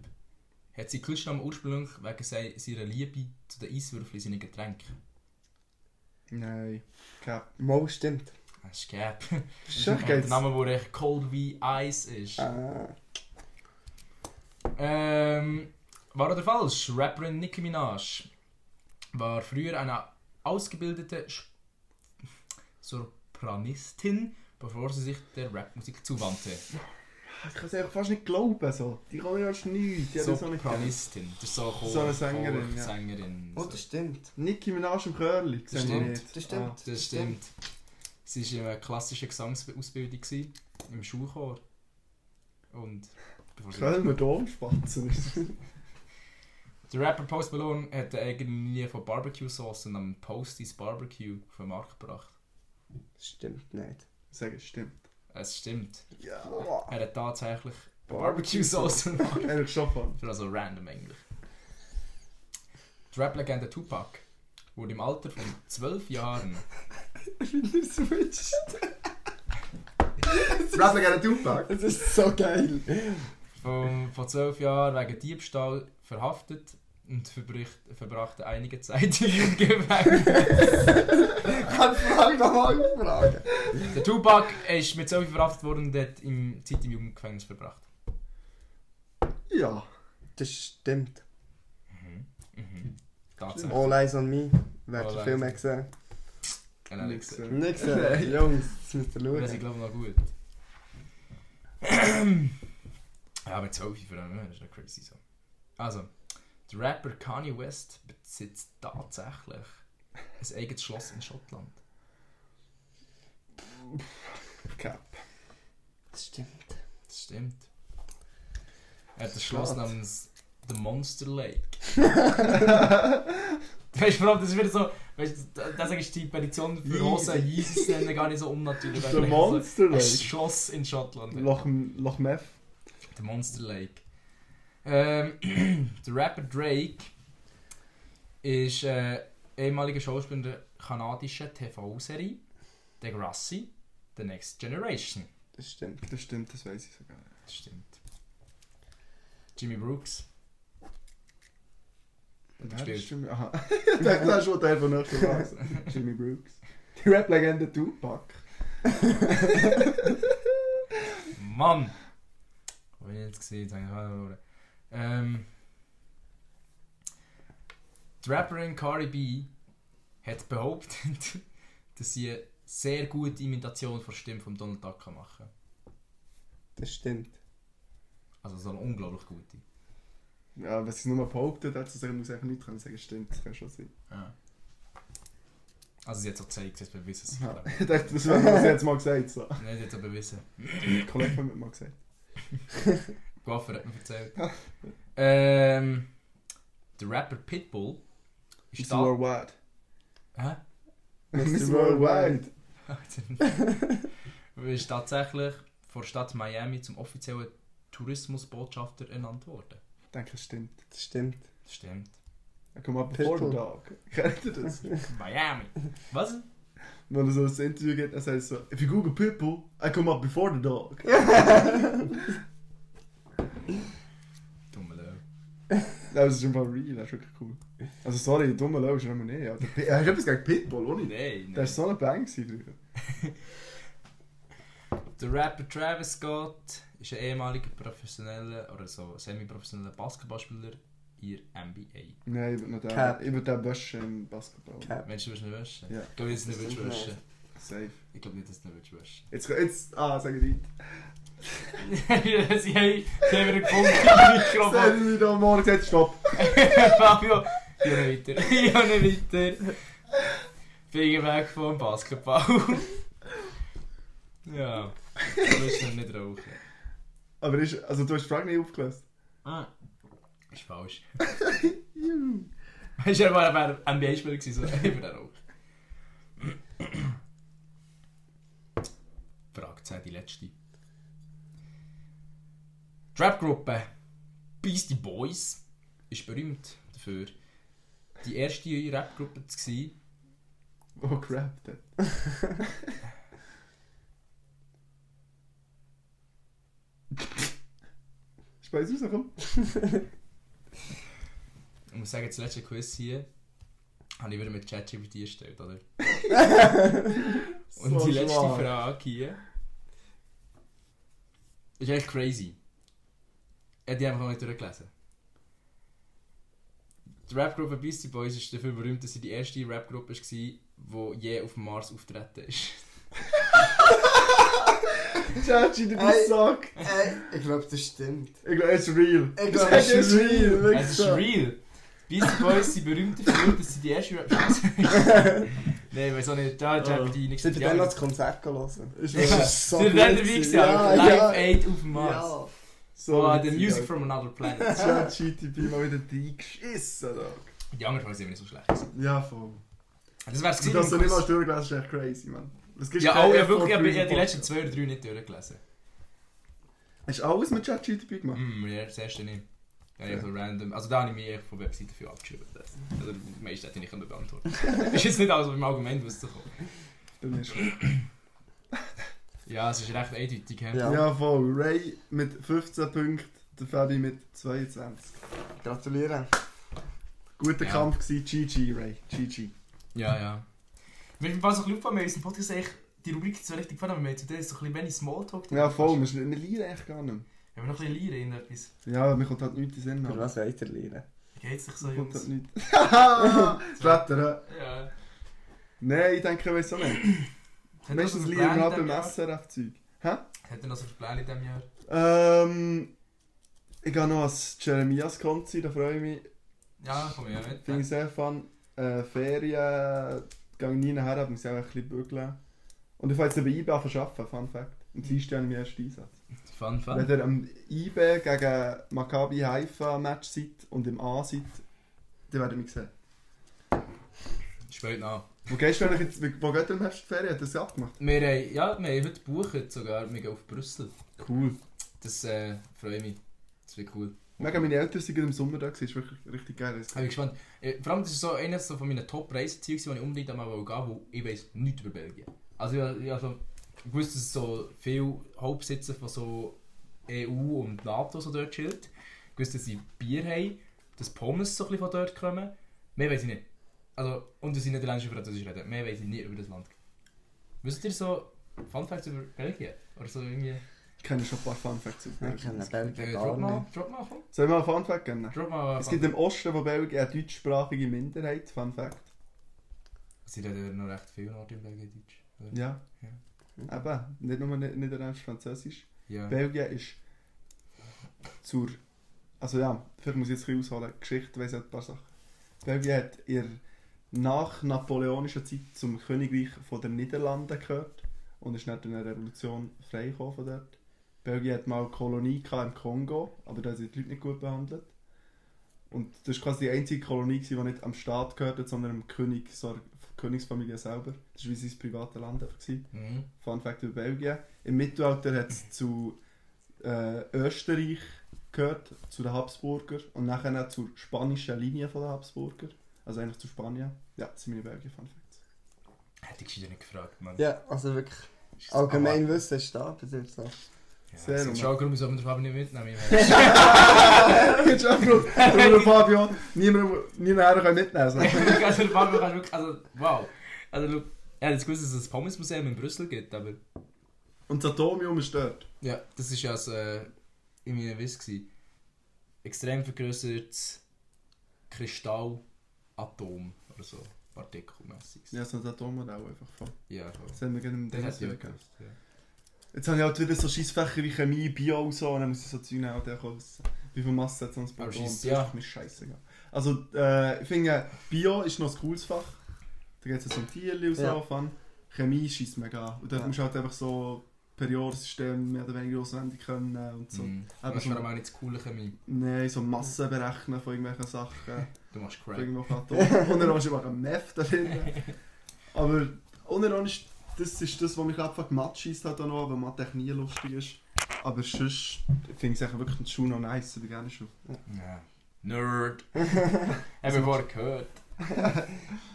S4: hat seinen Kühlschrank ursprünglich wegen sei- seiner Liebe zu den Eiswürfeln in seinen Getränken.
S6: Nein. Cap. Mo stimmt.
S4: Das ist gap.
S6: Das ist
S5: Schon
S4: Der
S5: geht's.
S4: Name, der echt Cold wie Ice ist.
S6: Ah.
S4: Ähm, war oder falsch? Rapperin Nicki Minaj war früher eine ausgebildete Sch- Sopranistin, bevor sie sich der Rapmusik zuwandte.
S5: Ich kann es einfach fast nicht glauben. So. Die kann ja schon nichts. Die hat das auch nicht gekannt.
S4: Sopranistin. Das ist so, Chor,
S5: So eine Sängerin, ja.
S4: Sängerin.
S6: Oh,
S4: so.
S6: das stimmt.
S5: Nicki Minaj im Körli.
S4: Das
S5: sehen wir
S4: stimmt.
S5: nicht.
S6: Das stimmt.
S5: Ah.
S4: Das stimmt. Sie war in einer klassischen Gesangsausbildung, gewesen, im Schulchor. Und bevor sie-
S5: Kölner Domspatzen.
S4: Der Rapper Post Malone hat eine eigene Linie von Barbecue-Sauce namens Posties Barbecue auf den Markt gebracht.
S6: Das stimmt nicht.
S5: Sagen, stimmt.
S4: Es stimmt.
S5: Ja.
S6: Boah.
S4: Er hat tatsächlich Barbecue-Sauce
S5: Barbecue-Sauce.
S4: gemacht.
S5: Eigentlich schon fun.
S4: Das ist also random eigentlich. Die Rap-Legende Tupac wurde im Alter von 12 Jahren...
S6: Switch.
S5: Rappler gerne Tupac.
S6: Das ist so geil.
S4: Vom, vor zwölf Jahren wegen Diebstahl verhaftet und verbricht, verbrachte einige Zeit im Gefängnis.
S6: Kannst du mich nochmal fragen?
S4: Der Tupac ist mit zwölf verhaftet worden und hat im, Zeit im Jugendgefängnis verbracht.
S5: Ja.
S6: Das stimmt.
S4: Mhm. Tatsache.
S6: All Eyes on Me. Wer
S4: All
S6: hat den
S4: Eyes
S6: Film
S4: on Me.
S6: mehr gesehen?
S4: Nein, nein, nichts.
S5: gesehen.
S6: Nicht gesehen. Jungs, das müsst ihr
S4: Das ist, glaube
S6: schauen.
S4: ich, noch gut. ja, mit zwölf vor allem, das ist ja crazy so. Also, der Rapper Kanye West besitzt tatsächlich ein eigenes Schloss in Schottland.
S5: Cap.
S6: Das stimmt.
S4: Das stimmt. Er hat ein Schloss
S6: Schade.
S4: namens The Monster Lake. weißt du, warum das ist wieder so. Weißt du, deswegen ist die Petition für Rosa Jesus nennen gar nicht so Ah, unnatürlich.
S5: The
S4: weil vielleicht
S5: Monster
S4: so, Ein
S5: Lake?
S4: Schloss in Schottland.
S5: Loch, Loch Meff.
S4: The Monster Lake. Ähm, der Rapper Drake ist äh, ehemaliger Schauspieler der kanadischen TV-Serie Degrassi, The Next Generation.
S6: Das stimmt.
S5: Das stimmt, das weiß ich sogar.
S4: Das stimmt. Jimmy Brooks.
S5: Wer
S4: gespielt.
S5: ist Jimmy? Aha. Ich dachte, das ist schon der von Nöchel gewesen. Jimmy Brooks. Die Rap-Legende Tupac.
S4: Mann! Wo bin ich jetzt gesehen? Jetzt habe ich gerade verloren. Ähm. Die Rapperin Cardi B hat behauptet, dass sie eine sehr gute Imitation von der Stimme von Donald Duck kann machen
S6: Das stimmt.
S4: Also so eine unglaublich gute.
S5: Ja, was sie nur behauptet hat, zu sagen, muss ich einfach nicht können sagen, stimmt, das kann schon sein.
S4: Also sie hat so gezeigt, sie hat bewiesen. sie
S5: Ja.
S4: kann.
S5: Ich dachte, das wäre, was sie jetzt mal gesagt so.
S4: Nein, sie hat so bewiesen.
S5: Ein Kollege von mir hat mal gesagt.
S4: Gaffer hat mir erzählt. ähm, der Rapper Pitbull
S5: Mr.
S4: ist da.
S5: Worldwide.
S4: Hä?
S5: Mr. Worldwide.
S4: ist tatsächlich von der Stadt Miami zum offiziellen Tourismusbotschafter ernannt worden.
S5: Ich denke, das stimmt.
S6: Das stimmt.
S4: Das stimmt.
S5: Er kommt ab before the
S6: Pitbull.
S5: dog. Kennt ihr das?
S4: Miami! Was?
S5: Wenn er so ein Interview geht, er sagt so, if you google people, I come up before the dog.
S4: Dumme Löw.
S5: Das ist einfach real, das ist wirklich cool. Also sorry, dummer Löw ist er nicht mehr. aber Pi- Er hat etwas gegen Pitbull, oder? nicht?
S4: Nein,
S5: Der war so eine Bang gewesen früher.
S4: Der Rapper Travis Scott ist ein ehemaliger professioneller oder so semi-professioneller Basketballspieler in der NBA.
S5: Nein, ich würde noch den,
S6: Cap.
S5: ich würde den waschen im Basketball.
S6: Cap.
S4: Willst du das nicht wissen?
S5: Ja.
S4: Ich glaube, jetzt nicht
S6: Das ist
S4: wissen.
S5: Safe.
S4: Ich glaube nicht, dass du ihn waschen
S5: Jetzt, jetzt, ah, sag ich nicht.
S4: willst. sie haben sie haben wieder gefunden im
S5: Jetzt hätte
S4: Mikrofon.
S5: ich mich da am Morgen gesagt, stopp.
S4: Fabio, ja nicht weiter. Ja nicht weiter. Finger weg vom Basketball. ja. Du willst noch nicht rauchen.
S5: Aber ist, also du hast die Frage nicht aufgelöst.
S4: Ah. Ist falsch. Weißt du, er war ein NBA-Spieler, gewesen, so über den Rauch. Frage 10, die letzte. Trap-Gruppe Beastie Boys ist berühmt dafür, die erste Rap-Gruppe zu sein,
S5: Oh, crap. dann. Ist bei uns rausgekommen?
S4: Ich muss sagen, das letzte Quiz hier habe ich wieder mit ChatGPT gestellt, oder? Und
S5: So
S4: die letzte
S5: schwach.
S4: Frage hier ist echt crazy. Ich habe die einfach noch nicht durchgelesen. Die Rapgruppe Beastie Boys ist dafür berühmt, dass sie die erste Rapgruppe war, die je auf dem Mars auftreten ist.
S5: Chachi, du
S6: Ey.
S5: bist Sack.
S6: Ey, ich glaube, das stimmt.
S5: Ich glaube, es ist real.
S6: Ich
S5: Das
S6: glaub, es
S5: ist
S6: ist real.
S5: real. wirklich
S4: Es ist
S5: so.
S4: real. Die Beastie Boys sind berühmt dafür, dass sie die erste Rap... Nein, weiß auch nicht.
S5: Oh.
S4: Da, ChatGPT, nichts.
S6: Sind wir dann noch das Konzert gelesen?
S5: Ist
S4: Ja,
S5: real.
S6: so
S4: Sind wir
S6: blöd
S4: dabei
S6: gewesen.
S4: gewesen? Alter?
S6: Ja, ja.
S4: Live Aid auf dem Mars.
S6: Ja.
S5: So
S4: So, the
S5: witzig,
S4: music
S5: Alter.
S4: from another planet.
S5: ChatGTP mal wieder reingeschissen, Alter.
S4: Die anderen Folgen sind nicht so schlecht. gewesen.
S5: Ja, voll.
S4: Das wär's
S5: Und
S4: gewesen.
S5: dass du
S4: im
S5: nicht mal
S4: Quiz.
S5: durchgelesen hast, ist echt crazy, man. Das gibt's
S4: ja,
S5: keinen
S4: oh, ja,
S5: Effort
S4: wirklich, ich
S5: für
S4: habe ich
S5: unseren
S4: habe die letzten
S5: Podcast.
S4: zwei oder drei nicht durchgelesen.
S5: Hast du alles mit ChatGTP gemacht?
S4: Hm, ja, das erste nicht. Ja, ja,
S5: Ja.
S4: so random. Also da habe ich mich echt von Webseiten viel abgeschrieben. Das- Also die meisten hätte ich nicht beantworten können. ist jetzt nicht alles beim Argument dus rauszukommen. Hm.
S5: Dann ist
S4: Ja, es ist recht eindeutig. hä?
S6: Ja.
S5: Ja, voll. Ray mit 15 Punkten, der Fabi mit 22.
S6: Gratuliere.
S5: Guter
S4: Ja.
S5: Kampf gewesen. GG, Ray. GG.
S4: Ja, ja. Wenn wir mal so ein bisschen aufpassen, wir haben uns im Podcast eigentlich die Rubrik zwar richtig gefallen, aber wir haben zu der so ein bisschen wenig Smalltalk.
S5: Ja, voll. Wir, wir lernen echt gar nicht.
S4: Wenn wir noch ein bisschen leeren in etwas.
S5: Ja, mir kommt halt nichts in den Sinn.
S6: Für
S5: Mir
S6: was weiterlernen?
S4: Wie geht's dich so,
S5: kommt
S4: Jungs?
S5: halt nichts. Haha! Das Wetter, ja.
S4: Ja.
S5: Nein, ich denke, ich weiß auch nicht.
S4: Hat er noch so
S5: Meistens
S4: einen
S5: lernen
S4: Plan
S5: wir
S4: in
S5: halt
S4: diesem
S5: beim
S4: Jahr?
S5: SRF-Zeug. Hä?
S4: Hat er noch so einen Plan in diesem Jahr?
S5: Ähm... Ich gehe noch ans Jeremias-Konzi, da freue ich mich.
S4: Ja, komm ja mit.
S5: Finde ich sehr fun. Äh, Ferien gehe ich nie nachher, aber muss ich auch ein bisschen bügeln. Und ich fange jetzt bei IB an zu arbeiten, Fun Fact. Und sie stellen mir erst Einsatz.
S4: Fun,
S5: Wenn
S4: fun.
S5: ihr am IB gegen Maccabi Haifa Match seid und im A seid, dann werdet ihr mich sehen.
S4: Spät nach.
S5: Wo gehst du eigentlich jetzt, wo geht ihr am Herbst in die Ferien? Hat das abgemacht?
S4: Wir haben, ja, wir haben heute gebucht sogar, wir gehen auf Brüssel.
S5: Cool.
S4: Das äh, freut mich. Das wird cool.
S5: Mega, meine Eltern sind gerade im Sommer da, gewesen. das ist wirklich richtig geil.
S4: Ich bin gespannt. Äh, Vor allem, das ist so eines so von meinen Top-Reiseziele, die ich unbedingt einmal gehen wollte, wo ich weiss nichts über Belgien. Also, ich, ich, also, ich wusste, dass so viele Hauptsitze von so EU und NATO so dort chillt. Ich wusste, dass sie Bier haben, dass Pommes so ein bisschen von dort kommen. Mehr weiß ich nicht. Also, und dass sie niederländisch und französisch reden. Mehr weiß ich nicht über das Land. Wisst ihr so Fun Facts über Belgien? Oder so irgendwie... Äh,
S5: Ich kenne schon ein paar Fun Facts. aus
S6: Ich kenne
S5: Belgien.
S6: Belgien
S4: drop
S6: gar
S4: mal,
S6: nicht.
S4: drop mal, komm.
S5: Soll ich mal einen Fun Fact geben?
S4: Drop mal...
S5: Es gibt im Osten von Belgien eine deutschsprachige Minderheit, Fun Fact.
S4: Sie reden noch recht viel Nord in Belgien Deutsch. oder?
S5: Ja.
S4: Ja.
S5: Eben, nicht nur Ni- Niederländisch, Französisch.
S4: Ja.
S5: Belgien ist zur. Also ja, vielleicht muss ich jetzt ein bisschen ausholen. Geschichte weiss ich ein paar Sachen. Belgien hat ihr nach napoleonischer Zeit zum Königreich von den Niederlanden gehört und ist nach einer Revolution frei gekommen von dort. Belgien hat mal eine Kolonie gehabt im Kongo, aber da haben sie die Leute nicht gut behandelt. Und das war quasi die einzige Kolonie, gewesen, die nicht am Staat gehört hat, sondern dem König, so Königsfamilie selber. Das war wie sein privates Land einfach. Gewesen.
S4: Mhm.
S5: Fun Fact über Belgien. Im Mittelalter hat es zu äh, Österreich gehört, zu den Habsburger und nachher auch zur spanischen Linie von den Habsburger. Also eigentlich zu Spanien. Ja, das sind meine Belgien Fun Facts.
S4: Hätte ich dich nicht gefragt, Mann.
S6: Ja, also wirklich.
S4: Ist das-
S6: Allgemein Wissen ist da bis jetzt so.
S4: Ja,
S5: Sehr
S4: Sehr
S5: gut.
S4: gut. Schau, warum soll man den Fabi nicht mitnehmen? Ich meine,
S5: Jetzt schon gut. Aber Fabio, niemand niemand kann mitnehmen. So.
S4: also, der Fabi kann wirklich... Also, wow. Also, schau, ich hätte jetzt gewusst, dass es ein Pommesmuseum in Brüssel gibt, aber...
S5: Und das Atomium ist dort.
S4: Ja, das ist ja also, äh, in meinem Wiss gewesen. Extrem vergrößertes Kristallatom oder so. partikelmässiges.
S5: Ja, so ein Atommodell einfach voll.
S4: ja voll.
S5: Das haben wir gerne im
S4: Das hätte ich auch
S5: Dennis
S4: gewusst, ja.
S5: Jetzt habe ich halt wieder so Scheissfächer wie Chemie, Bio und so, und dann muss ich so Zeug nehmen und dann kann es- wie viel Masse hat sonst
S4: Aber
S5: Proton?
S4: scheiss- ja.
S5: Das ist mir scheißegal. Also, äh, ich finde, Bio ist noch ein cooles Fach. Da geht es um Tiere und so,
S6: Ja.
S5: fun. Chemie schießt mega an. Und dort
S6: Ja.
S5: musst du halt einfach so Periodensystem mehr oder weniger auswendig können und so.
S4: Mhm.
S5: Aber
S4: Aber es
S5: so-
S4: war auch nicht das coole Chemie.
S5: Nein, so Massen berechnen von irgendwelchen Sachen.
S4: Du machst Crack.
S5: Right. Irgendwo Atomen. Und dann hast du einfach ein Meth da drin. Aber unerhand, das ist das, was mich abfuckt. Mathe schießt halt auch noch, weil Mathe echt nie lustig ist. Aber sonst finde ich es eigentlich wirklich eine Schule noch nice. Ich bin gerne schon.
S4: Ja. Nerd. Haben wir vorher gehört.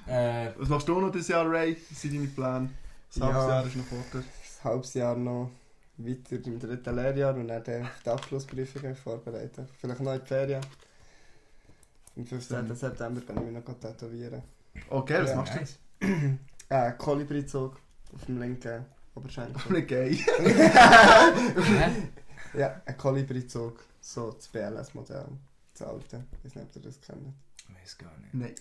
S4: äh,
S5: Was machst du noch dieses Jahr, Ray? Was sind deine Pläne? Das
S6: Ja.
S5: halbes Jahr ist noch vorher.
S6: ein halbes Jahr noch weiter im dritten Lehrjahr und dann äh, die Abschlussprüfungen vorbereiten. Vielleicht noch in die Ferien. Am 15.
S5: Dann-
S6: September kann ich mich noch tätowieren.
S5: Okay, Oh, was
S6: Ja,
S5: machst du jetzt?
S4: nice.
S6: Äh, Kolibri-Zug auf dem linken
S5: Ich
S6: Oberschenkel.
S5: bin gay.
S4: Hä?
S6: ja, ein Kolibri-Zug. So das BLS-Modell. Das alte. Ich weiß nicht, ob ihr das kennt.
S4: Ich weiß gar nicht.
S5: Nein.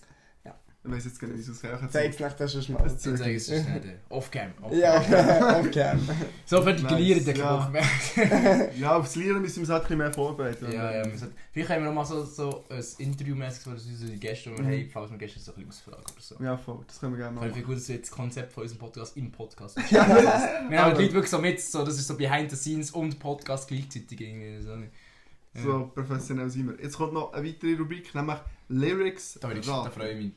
S6: Ja.
S5: Ich weiss jetzt gar nicht, wie es ausgeht.
S6: Zeig es nicht, das ist mal.
S5: Das
S4: Dann sage ich es ist nicht. äh, Off-cam. Off
S6: Ja, okay.
S4: So für die
S5: Nice.
S4: Gelier in der
S5: Ja.
S4: Woche.
S5: Ja, aufs Lernen müssen wir uns halt ein bisschen mehr vorbereiten.
S4: Ja, ja, wir sollten, vielleicht haben wir nochmal so, so ein Interview-mäßiges, was unsere Gäste, die wir
S5: Mhm.
S4: haben, falls wir Gäste so ein bisschen ausfragen oder so.
S5: Ja, voll. Das können wir gerne
S4: Ich
S5: machen.
S4: finde gut, dass wir jetzt das Konzept von unserem Podcast im Podcast Wir
S5: Ja.
S4: haben
S5: Aber-
S4: die Leute wirklich so mit, so, das ist so behind the scenes und Podcast gleichzeitig irgendwie. So. Ja.
S5: So professionell sind wir. Jetzt kommt noch eine weitere Rubrik, nämlich Lyrics.
S4: Da, bin ich, da
S5: Rat.
S4: freue ich mich.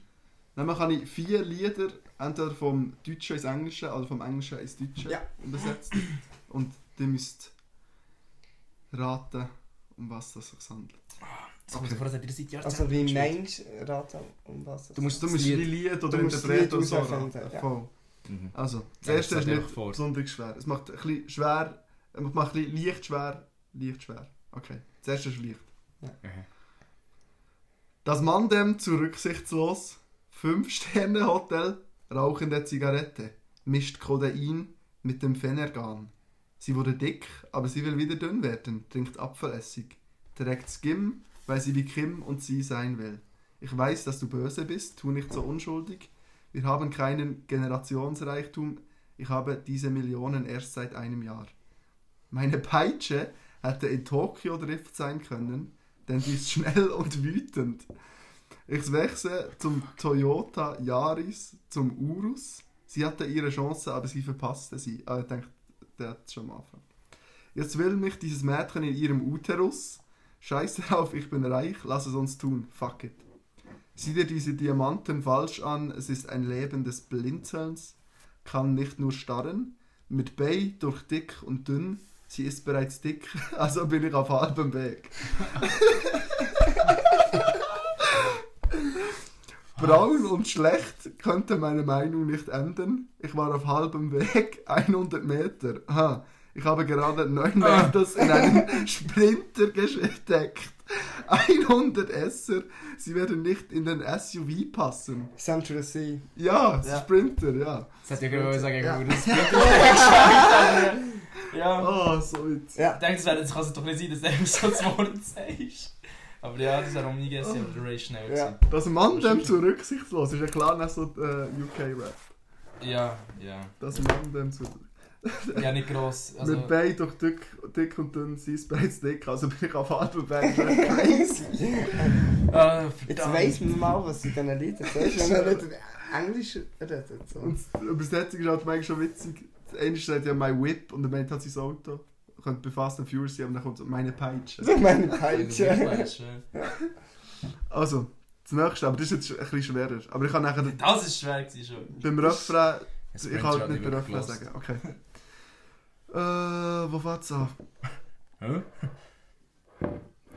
S5: Nämlich habe ich vier Lieder entweder vom Deutschen ins Englische oder vom Englischen ins Deutsche
S6: Ja.
S5: übersetzt. Und ihr müsst raten, um was das sich handelt.
S4: Das kommt
S5: Okay.
S4: vor, das hat ihr seit Jahren
S6: Also wie meinst du Rata um was? es-
S5: Du musst, du
S4: Das
S5: musst
S4: Lied.
S5: wie Lied oder
S6: Du musst das Lied
S5: Interpret oder so
S6: auswählen,
S5: raten.
S6: ja.
S5: Voll.
S4: Mhm.
S5: Also, das
S4: Ja, das
S5: erste
S4: stell
S5: ist
S4: dir
S5: nicht
S4: vor.
S5: besonders schwer. Es macht ein bisschen schwer, es macht ein bisschen leicht schwer, leicht schwer. Okay, das erste ist leicht.
S4: Mhm.
S5: Das Mann dem zu rücksichtslos, 5-Sterne-Hotel, rauchende Zigarette, mischt Codein mit dem Phenergan. Sie wurde dick, aber sie will wieder dünn werden, trinkt Apfelessig, trägt Skim, weil sie wie Kim und sie sein will. Ich weiß, dass du böse bist, tu nicht so unschuldig. Wir haben keinen Generationsreichtum, ich habe diese Millionen erst seit einem Jahr. Meine Peitsche hätte in Tokio Drift sein können, denn die ist schnell und wütend. Ich wechsle zum Toyota Yaris, zum Urus. Sie hatte ihre Chance, aber sie verpasste sie. Ah, ich denke, der hat schon am Anfang. Jetzt will mich dieses Mädchen in ihrem Uterus. Scheiß drauf, ich bin reich, lass es uns tun. Fuck it. Sieh dir diese Diamanten falsch an, es ist ein Leben des Blinzelns. Kann nicht nur starren. Mit Bay durch dick und dünn. Sie ist bereits dick, also bin ich auf halbem Weg. Braun und schlecht könnte meine Meinung nicht ändern. Ich war auf halbem Weg, 100 Meter. Aha. Ich habe gerade 9
S4: Ah.
S5: Meters in einen Sprinter gesteckt. 100 Esser, sie werden nicht in den SUV passen.
S6: Central Sea.
S5: Ja,
S6: Ja.
S5: Sprinter, ja.
S4: Das genau hätte ich auch sagen
S6: Ja.
S4: können, das Ja.
S5: Ah, so jetzt.
S4: Ich denke, das, wär- das kann es doch nicht sein, dass du einfach so das Wort sagst. Aber ja, das wäre um nie gegessen, aber der Ray schnell
S6: Ja.
S4: gewesen.
S5: Das Mann dem zu rücksichtslos ist ja klar nicht so äh, UK-Rap.
S4: Ja, ja.
S5: Das Mann dem zu
S4: Ja, nicht gross. Also,
S5: Mit Bein durch dick, dick und dünn, sie ist bereits dick, also bin ich auf halbem Weg. Das ist crazy.
S4: Ah,
S6: Jetzt
S4: verdammt.
S6: weiss man mal, was in diesen Liedern sagst, wenn man nicht Englisch redet. So.
S5: Und die Übersetzung ist halt manchmal schon witzig. Das eine sagt ja «my whip» und der meint halt sein Auto. Könnte bei Fast and Furious sein, aber dann kommt so «meine Peitsche».
S6: Also meine
S4: Das ist
S6: Peitsche.
S4: wirklich schön.
S5: Also, das nächste, aber das ist jetzt ein bisschen schwerer. Aber ich kann nachher
S4: Das ist schwer gewesen schon.
S5: beim Refrain
S4: Das
S5: Ich kann halt nicht den Refrain sagen, okay. äh, wo fängt's an?
S4: Hä?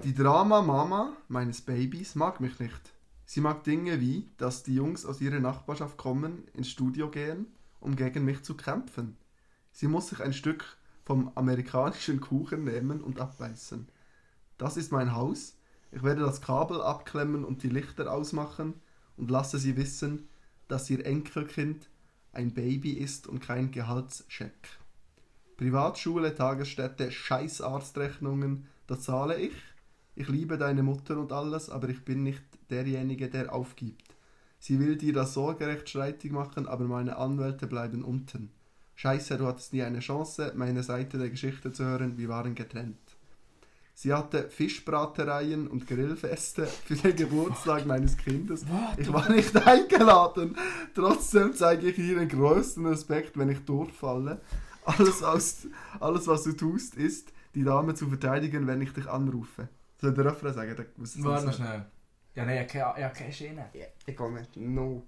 S5: Die Drama-Mama meines Babys mag mich nicht. Sie mag Dinge wie, dass die Jungs aus ihrer Nachbarschaft kommen, ins Studio gehen, um gegen mich zu kämpfen. Sie muss sich ein Stück vom amerikanischen Kuchen nehmen und abbeißen. Das ist mein Haus. Ich werde das Kabel abklemmen und die Lichter ausmachen und lasse sie wissen, dass ihr Enkelkind ein Baby ist und kein Gehaltscheck. Privatschule, Tagesstätte, Scheißarztrechnungen, da zahle ich. Ich liebe deine Mutter und alles, aber ich bin nicht derjenige, der aufgibt. Sie will dir das Sorgerecht streitig machen, aber meine Anwälte bleiben unten. Scheiße, du hattest nie eine Chance, meine Seite der Geschichte zu hören, wir waren getrennt. Sie hatte Fischbratereien und Grillfeste für den Geburtstag meines Kindes. Ich war nicht eingeladen. Trotzdem zeige ich ihr den größten Respekt, wenn ich durchfalle. Alles, aus, alles was du tust, ist, die Dame zu verteidigen, wenn ich dich anrufe. Soll der Refrain sagen? Der muss es nicht
S4: Warte noch
S5: sagen.
S4: schnell. Ja, nein, ich habe keine Schiene.
S6: Ja, ich komme nicht. No.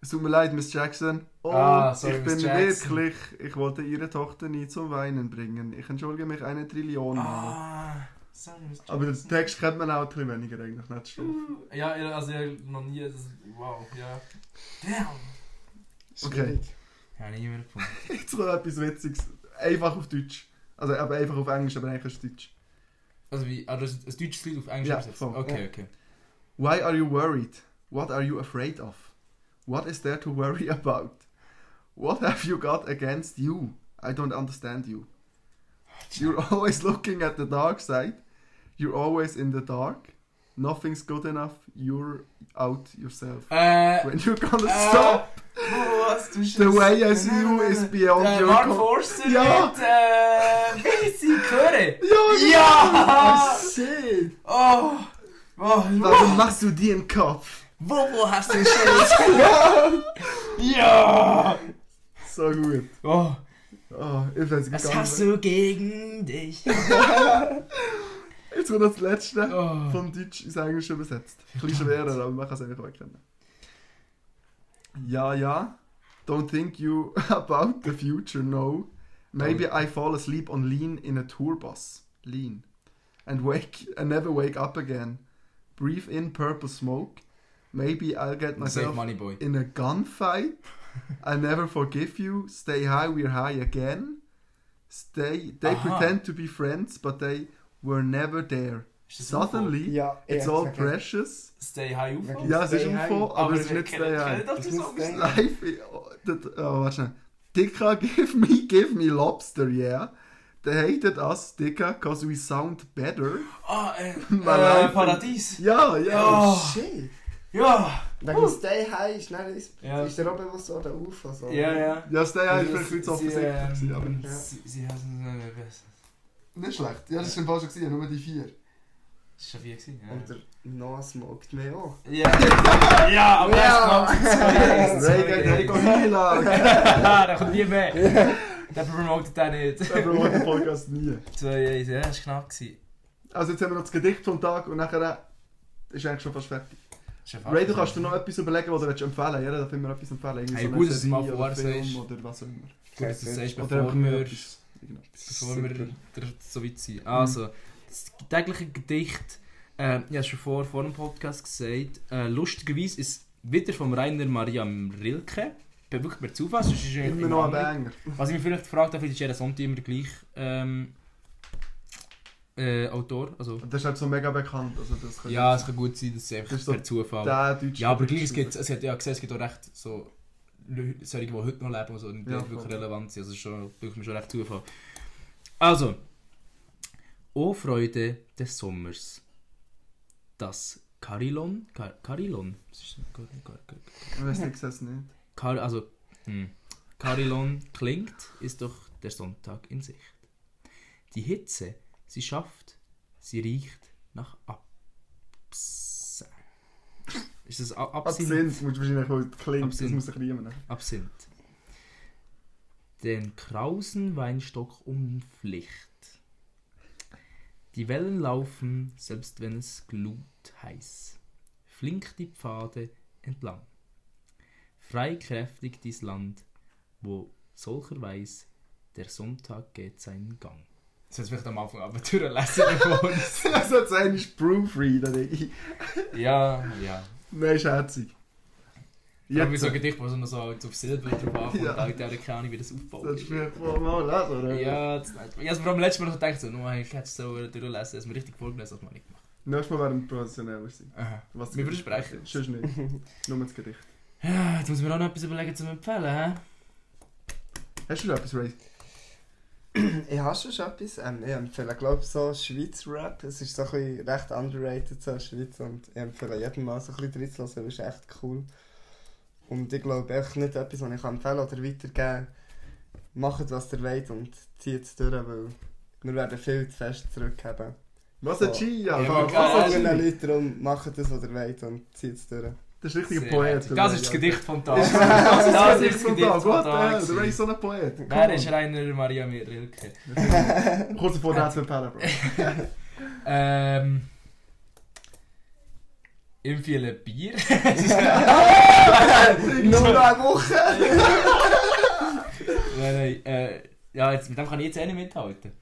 S5: Es tut mir leid, Miss Jackson. Oh,
S4: Ah, sorry,
S5: ich bin
S4: Miss Jackson.
S5: wirklich. Ich wollte Ihre Tochter nie zum Weinen bringen. Ich entschuldige mich eine Trillion Mal.
S4: Ah, sorry, Mr.
S5: Aber den
S4: Jackson.
S5: Text kennt man auch ein bisschen weniger eigentlich nicht schon.
S4: Ja, ja, also ja, noch nie. Das, wow, ja. Damn!
S6: Schwierig.
S4: Ja, nie mehr gefunden.
S5: Jetzt noch etwas Witziges. Einfach auf Deutsch. Also aber einfach auf Englisch, aber eigentlich ist es Deutsch.
S4: Also wie, also das ist ein deutsches Lied auf Englisch
S5: Ja,
S4: übersetzt?
S5: voll,
S4: Okay,
S5: ja.
S4: okay.
S5: Why are you worried? What are you afraid of? What is there to worry about? What have you got against you? I don't understand you. You're always looking at the dark side. You're always in the dark. Nothing's good enough. You're out yourself.
S4: Äh,
S5: When you're gonna
S4: äh,
S5: stop?
S4: Was? Du
S5: The way I see you is beyond
S4: äh,
S5: your
S4: Mark
S5: con-
S4: Forster
S5: Ja.
S4: mit, äh, wie sie hören?
S5: Ja!
S4: Ja!
S5: genau. Shit!
S4: Oh! Oh,
S5: Warum machst du dir im Kopf?
S4: wo, wo hast du den Schild? ja!
S5: So gut.
S4: Oh,
S5: Oh, ich weiß
S4: was
S5: gar
S4: hast
S5: nicht.
S4: du gegen dich?
S5: Jetzt wird noch das letzte.
S4: Oh.
S5: vom Deutsch ins Englische übersetzt. Ein bisschen schwerer, aber man kann es einfach erkennen. Ja, ja. Don't think you about the future, no. Maybe I fall asleep on lean in a tour bus. Lean. And wake and never wake up again. Breathe in purple smoke. Maybe I'll get
S4: Save
S5: myself
S4: money, boy.
S5: in a gunfight. I never forgive you. Stay high, we're high again. Stay. They
S4: Aha.
S5: pretend to be friends, but they were never there.
S4: Ist das UFO?
S5: Suddenly,
S6: Ja,
S5: it's
S6: ja,
S5: all
S6: okay.
S5: precious.
S4: Stay high UFO?
S5: Ja, es ist
S6: Stay high.
S5: UFO, aber es ist
S4: wir
S5: nicht
S4: kennen-
S5: Stay High.
S4: kennen doch die
S6: Das muss
S4: Songs
S6: Stay
S4: nicht.
S5: Life, oh, that, oh, warte schnell. Dicker, give me, give me lobster, yeah. They hated us, Dicker, cause we sound better.
S4: Ah, äh,
S5: Malawi.
S4: äh, Paradies.
S5: Ja, ja.
S4: Ja.
S6: Shit.
S4: Ja.
S6: Wegen uh. Stay High ist, dann, ist,
S4: Ja.
S6: ist der auch bewusst so der UFO. So.
S4: Ja, ja.
S5: Ja, Stay High ist
S4: Sie-
S5: vielleicht nicht so
S4: sie, ähm,
S5: offensichtlich, aber...
S6: Ja.
S4: Sie, sie äh, haben es nicht besser.
S5: Nicht schlecht. Ja, das war im Fall schon, gewesen, nur die vier.
S4: Das war schon vier gewesen,
S6: Und der Noah smoked mich auch.
S4: ja. Ja, ja aber das
S6: Ja.
S4: kommt zwei.
S5: Reggae, Reggae, Hila!
S4: Ah, da kommt nie mehr. Der promotet auch nicht.
S5: Der braucht den Podcast nie.
S4: 2-1, ja, das war knapp. gewesen.
S5: Also jetzt haben wir noch das Gedicht vom Tag und nachher äh, ist eigentlich schon fast fertig.
S4: Ah, Das ist ein
S5: Ray, du
S4: Fakt.
S5: kannst dir noch etwas überlegen, was du willst empfehlen willst. Jeder darf immer etwas empfehlen. Irgendwie
S4: Hey,
S5: eine
S4: gut, dass du
S5: Serie
S4: mal
S5: oder
S4: vorher
S5: Film
S4: sagst.
S5: oder was auch immer.
S4: Gut, dass du das sagst,
S5: Oder
S4: bevor
S5: einfach nur
S4: wir,
S5: etwas. Genau.
S4: bevor wir dr- so weit sind. Also, das tägliche Gedicht, äh, ich habe es schon vor, vor dem Podcast gesagt, äh, lustigerweise ist wieder von Rainer Maria Rilke. Per- Wirklich per Zufall, sonst ist er
S5: Immer
S4: in
S5: noch ein
S4: anderen-
S5: Banger.
S4: Was ich mich vielleicht gefragt habe, ist jeder Sonntag immer gleich ähm, äh, Autor. Also,
S5: Und das ist halt so mega bekannt. Also das könnte-
S4: ja, es kann gut sein, dass es einfach
S5: Das ist so
S4: per Zufall.
S5: der deutsche
S4: Ja, aber gleich, es
S5: Gedicht-
S4: gibt, es hat ja gesehen, es gibt auch recht so Leute, solche, die heute noch leben und so, die
S5: Ja,
S4: wirklich
S5: voll.
S4: relevant sind. Also, das ist schon, durch mir schon recht Zufall. Also. O Freude des Sommers. Das Carillon. Car Carillon. Das ist gar- gar- gar-
S5: Ich weiß nicht, ich sehe es nicht.
S4: Car also, hm. Carillon klingt, ist doch der Sonntag in Sicht. Die Hitze, sie schafft, sie riecht nach Abs. Ist das A- Absinth?
S5: Absinth, musst du wahrscheinlich wohl klingen. Das
S4: Absinth.
S5: muss ich riemen.
S4: Absinth. Den krausen Weinstock umflicht. Die Wellen laufen, selbst wenn es glutheiß. Flink die Pfade entlang. Frei kräftig dies Land, wo solcherweise der Sonntag geht seinen Gang. Jetzt vielleicht am Anfang aber durchlesen bevor uns.
S5: Das hat sein Also, ist Proofreader, Diggi.
S4: Ja, ja.
S5: Nein, ist herzig.
S4: Jetzt. Ich
S5: Jetzt.
S4: so ein Gedicht, wo so noch so auf Silber drauf ankommt, ja.
S5: Ja.
S4: ich habe keine Ahnung, wie das aufbaut.
S5: Das ist vielleicht mal lesen, oder?
S4: Ja, das nicht. Ich habe beim letzten Mal noch gedacht, so, no, hey, ich hätte es so durchlesen, dass man richtig vorgelesen hat, man nicht gemacht.
S5: Nächstes Mal werden wir professioneller sein.
S4: Aha.
S5: Was
S4: Wir versprechen es.
S5: Sonst nicht. Nur das Gedicht.
S4: Ja, jetzt muss mir auch noch etwas überlegen zum Empfehlen, hä?
S5: Hast du noch etwas, Ray?
S6: Ich habe schon schon etwas. Ähm, ich empfehle, glaube ich, so Schweiz Rap. Es ist so ein bisschen recht underrated so in der Schweiz. Und ich empfehle jedem mal so ein bisschen reinzuhören, weil es ist echt cool. Und ich glaube echt nicht etwas, was ich empfehlen oder weitergeben kann. Macht, was ihr wollt und zieht es durch, weil wir werden viel zu fest zurückhaben.
S5: Was ein G, ja.
S4: Ja,
S6: Von
S4: aber geil.
S6: von anderen Leuten darum, macht das, was ihr wollt und zieht es durch.
S5: Das ist richtiger
S4: Sehr
S5: Poet.
S4: herzig. Das ist das Gedicht vom Tag.
S5: Das ist das Gedicht vom Tag.
S4: Gedicht
S5: What
S4: vom
S5: the hell? Der Ray
S4: Tag.
S5: ist so ein Poet.
S4: Wer ist Rainer Maria Rilke?
S5: Kurz vor der zu empfehlen, Bro.
S4: Ähm. Empfehle Bier.
S6: Nur noch eine Woche!
S4: nein, nein. Äh, ja, jetzt, mit dem kann ich jetzt eh nicht mithalten.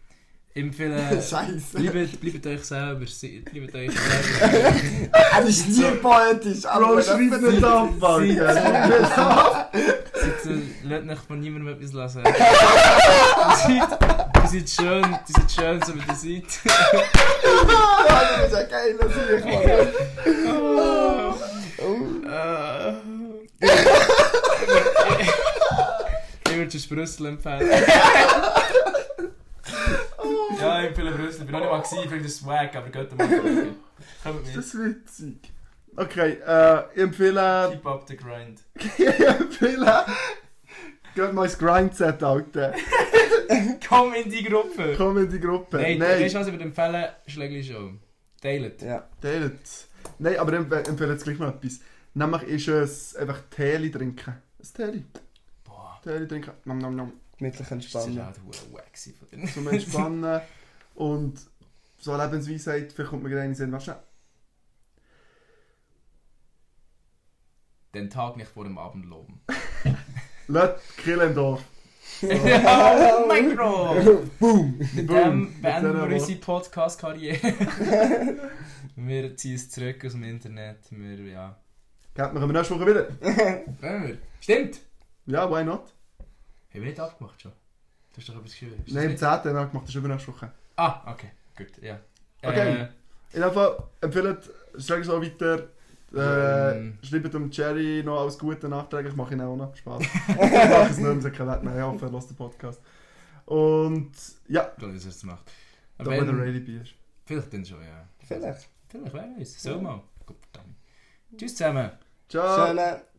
S4: Empfehle.
S6: Scheiße!
S4: bleibt, bleibt euch selber. se- Bleibt euch selber.
S6: Er ist nie poetisch,
S5: Bro,
S6: aber
S5: schreib nicht ab, Mann.
S4: Sie-
S5: gell? Schreib nicht ab.
S4: Seid so, lasst nicht von niemandem etwas lassen. Ihr seid, ihr seid schön, ihr seid schön, so wie ihr seid.
S6: das ist ja geil, das ist ich mal.
S4: Äh. Ich würde schon Brüssel empfehlen. ja, ich empfehle Brüssel. Ich bin noch nicht mal gewesen, ich finde das swag, aber geht mal. schauen. Kommt
S5: Ist
S4: mit.
S5: das witzig? Okay, äh, ich empfehle...
S4: Keep up the grind.
S5: Ich empfehle... Geht mal ins Grindset, Alter.
S4: Komm in die Gruppe!
S5: Komm in die Gruppe.
S4: Nein,
S5: Nein.
S4: weißt du, was ich würde empfehlen? Schlägli Show. Teilt.
S6: Ja,
S5: Teilt. Nein, aber ich emp- empfehle jetzt gleich noch etwas. Nämlich ist es einfach Teeli trinken. Ein Teeli.
S4: Boah,
S5: Teeli trinken. Nom, nom, nom.
S6: gemütlich
S4: das ist ja
S6: entspannen.
S4: laut hure waxy von denen.
S5: Zum Entspannen. Und so eine Lebensweisheit, vielleicht kommt mir gerade eine in den Sinn. Warte schnell.
S4: Den Tag nicht vor dem Abend loben.
S5: Lass die Kille im Dorf.
S4: Ja, oh mein Gott! Mit dem beenden
S5: Mit
S4: wir
S5: dieser
S4: unsere Podcast-Karriere. wir ziehen es zurück aus dem Internet. Wir, ja.
S5: Geht mir nächste Woche wieder.
S4: Wollen wir? Stimmt!
S5: Ja, why not?
S4: Haben wir nicht abgemacht schon? Du hast doch etwas geschrieben. Ist das
S5: Nein, im
S4: nicht-
S5: 10. haben wir gemacht, das ist übernächste Woche.
S4: Ah, okay. Gut, ja.
S5: Okay.
S4: Äh,
S5: In jedem Fall empfehlt, schlag es auch weiter. Äh,
S4: Ähm.
S5: Schreibt dem Jerry noch alles Gute nachträglich. Mache ich ihn auch noch. Spaß. ich mache es nicht mehr, sie keinen Wert mehr. Ich hoffe, er hört den Podcast. Und ja,
S4: dann ist es gemacht.
S5: da
S4: Aber
S5: wo der
S4: wenn,
S5: Rayleigh B ist.
S4: vielleicht dann schon, ja.
S6: Vielleicht.
S4: Vielleicht, wer weiß. So mal. Gut, dann. Tschüss zusammen.
S5: Ciao!
S6: Schöne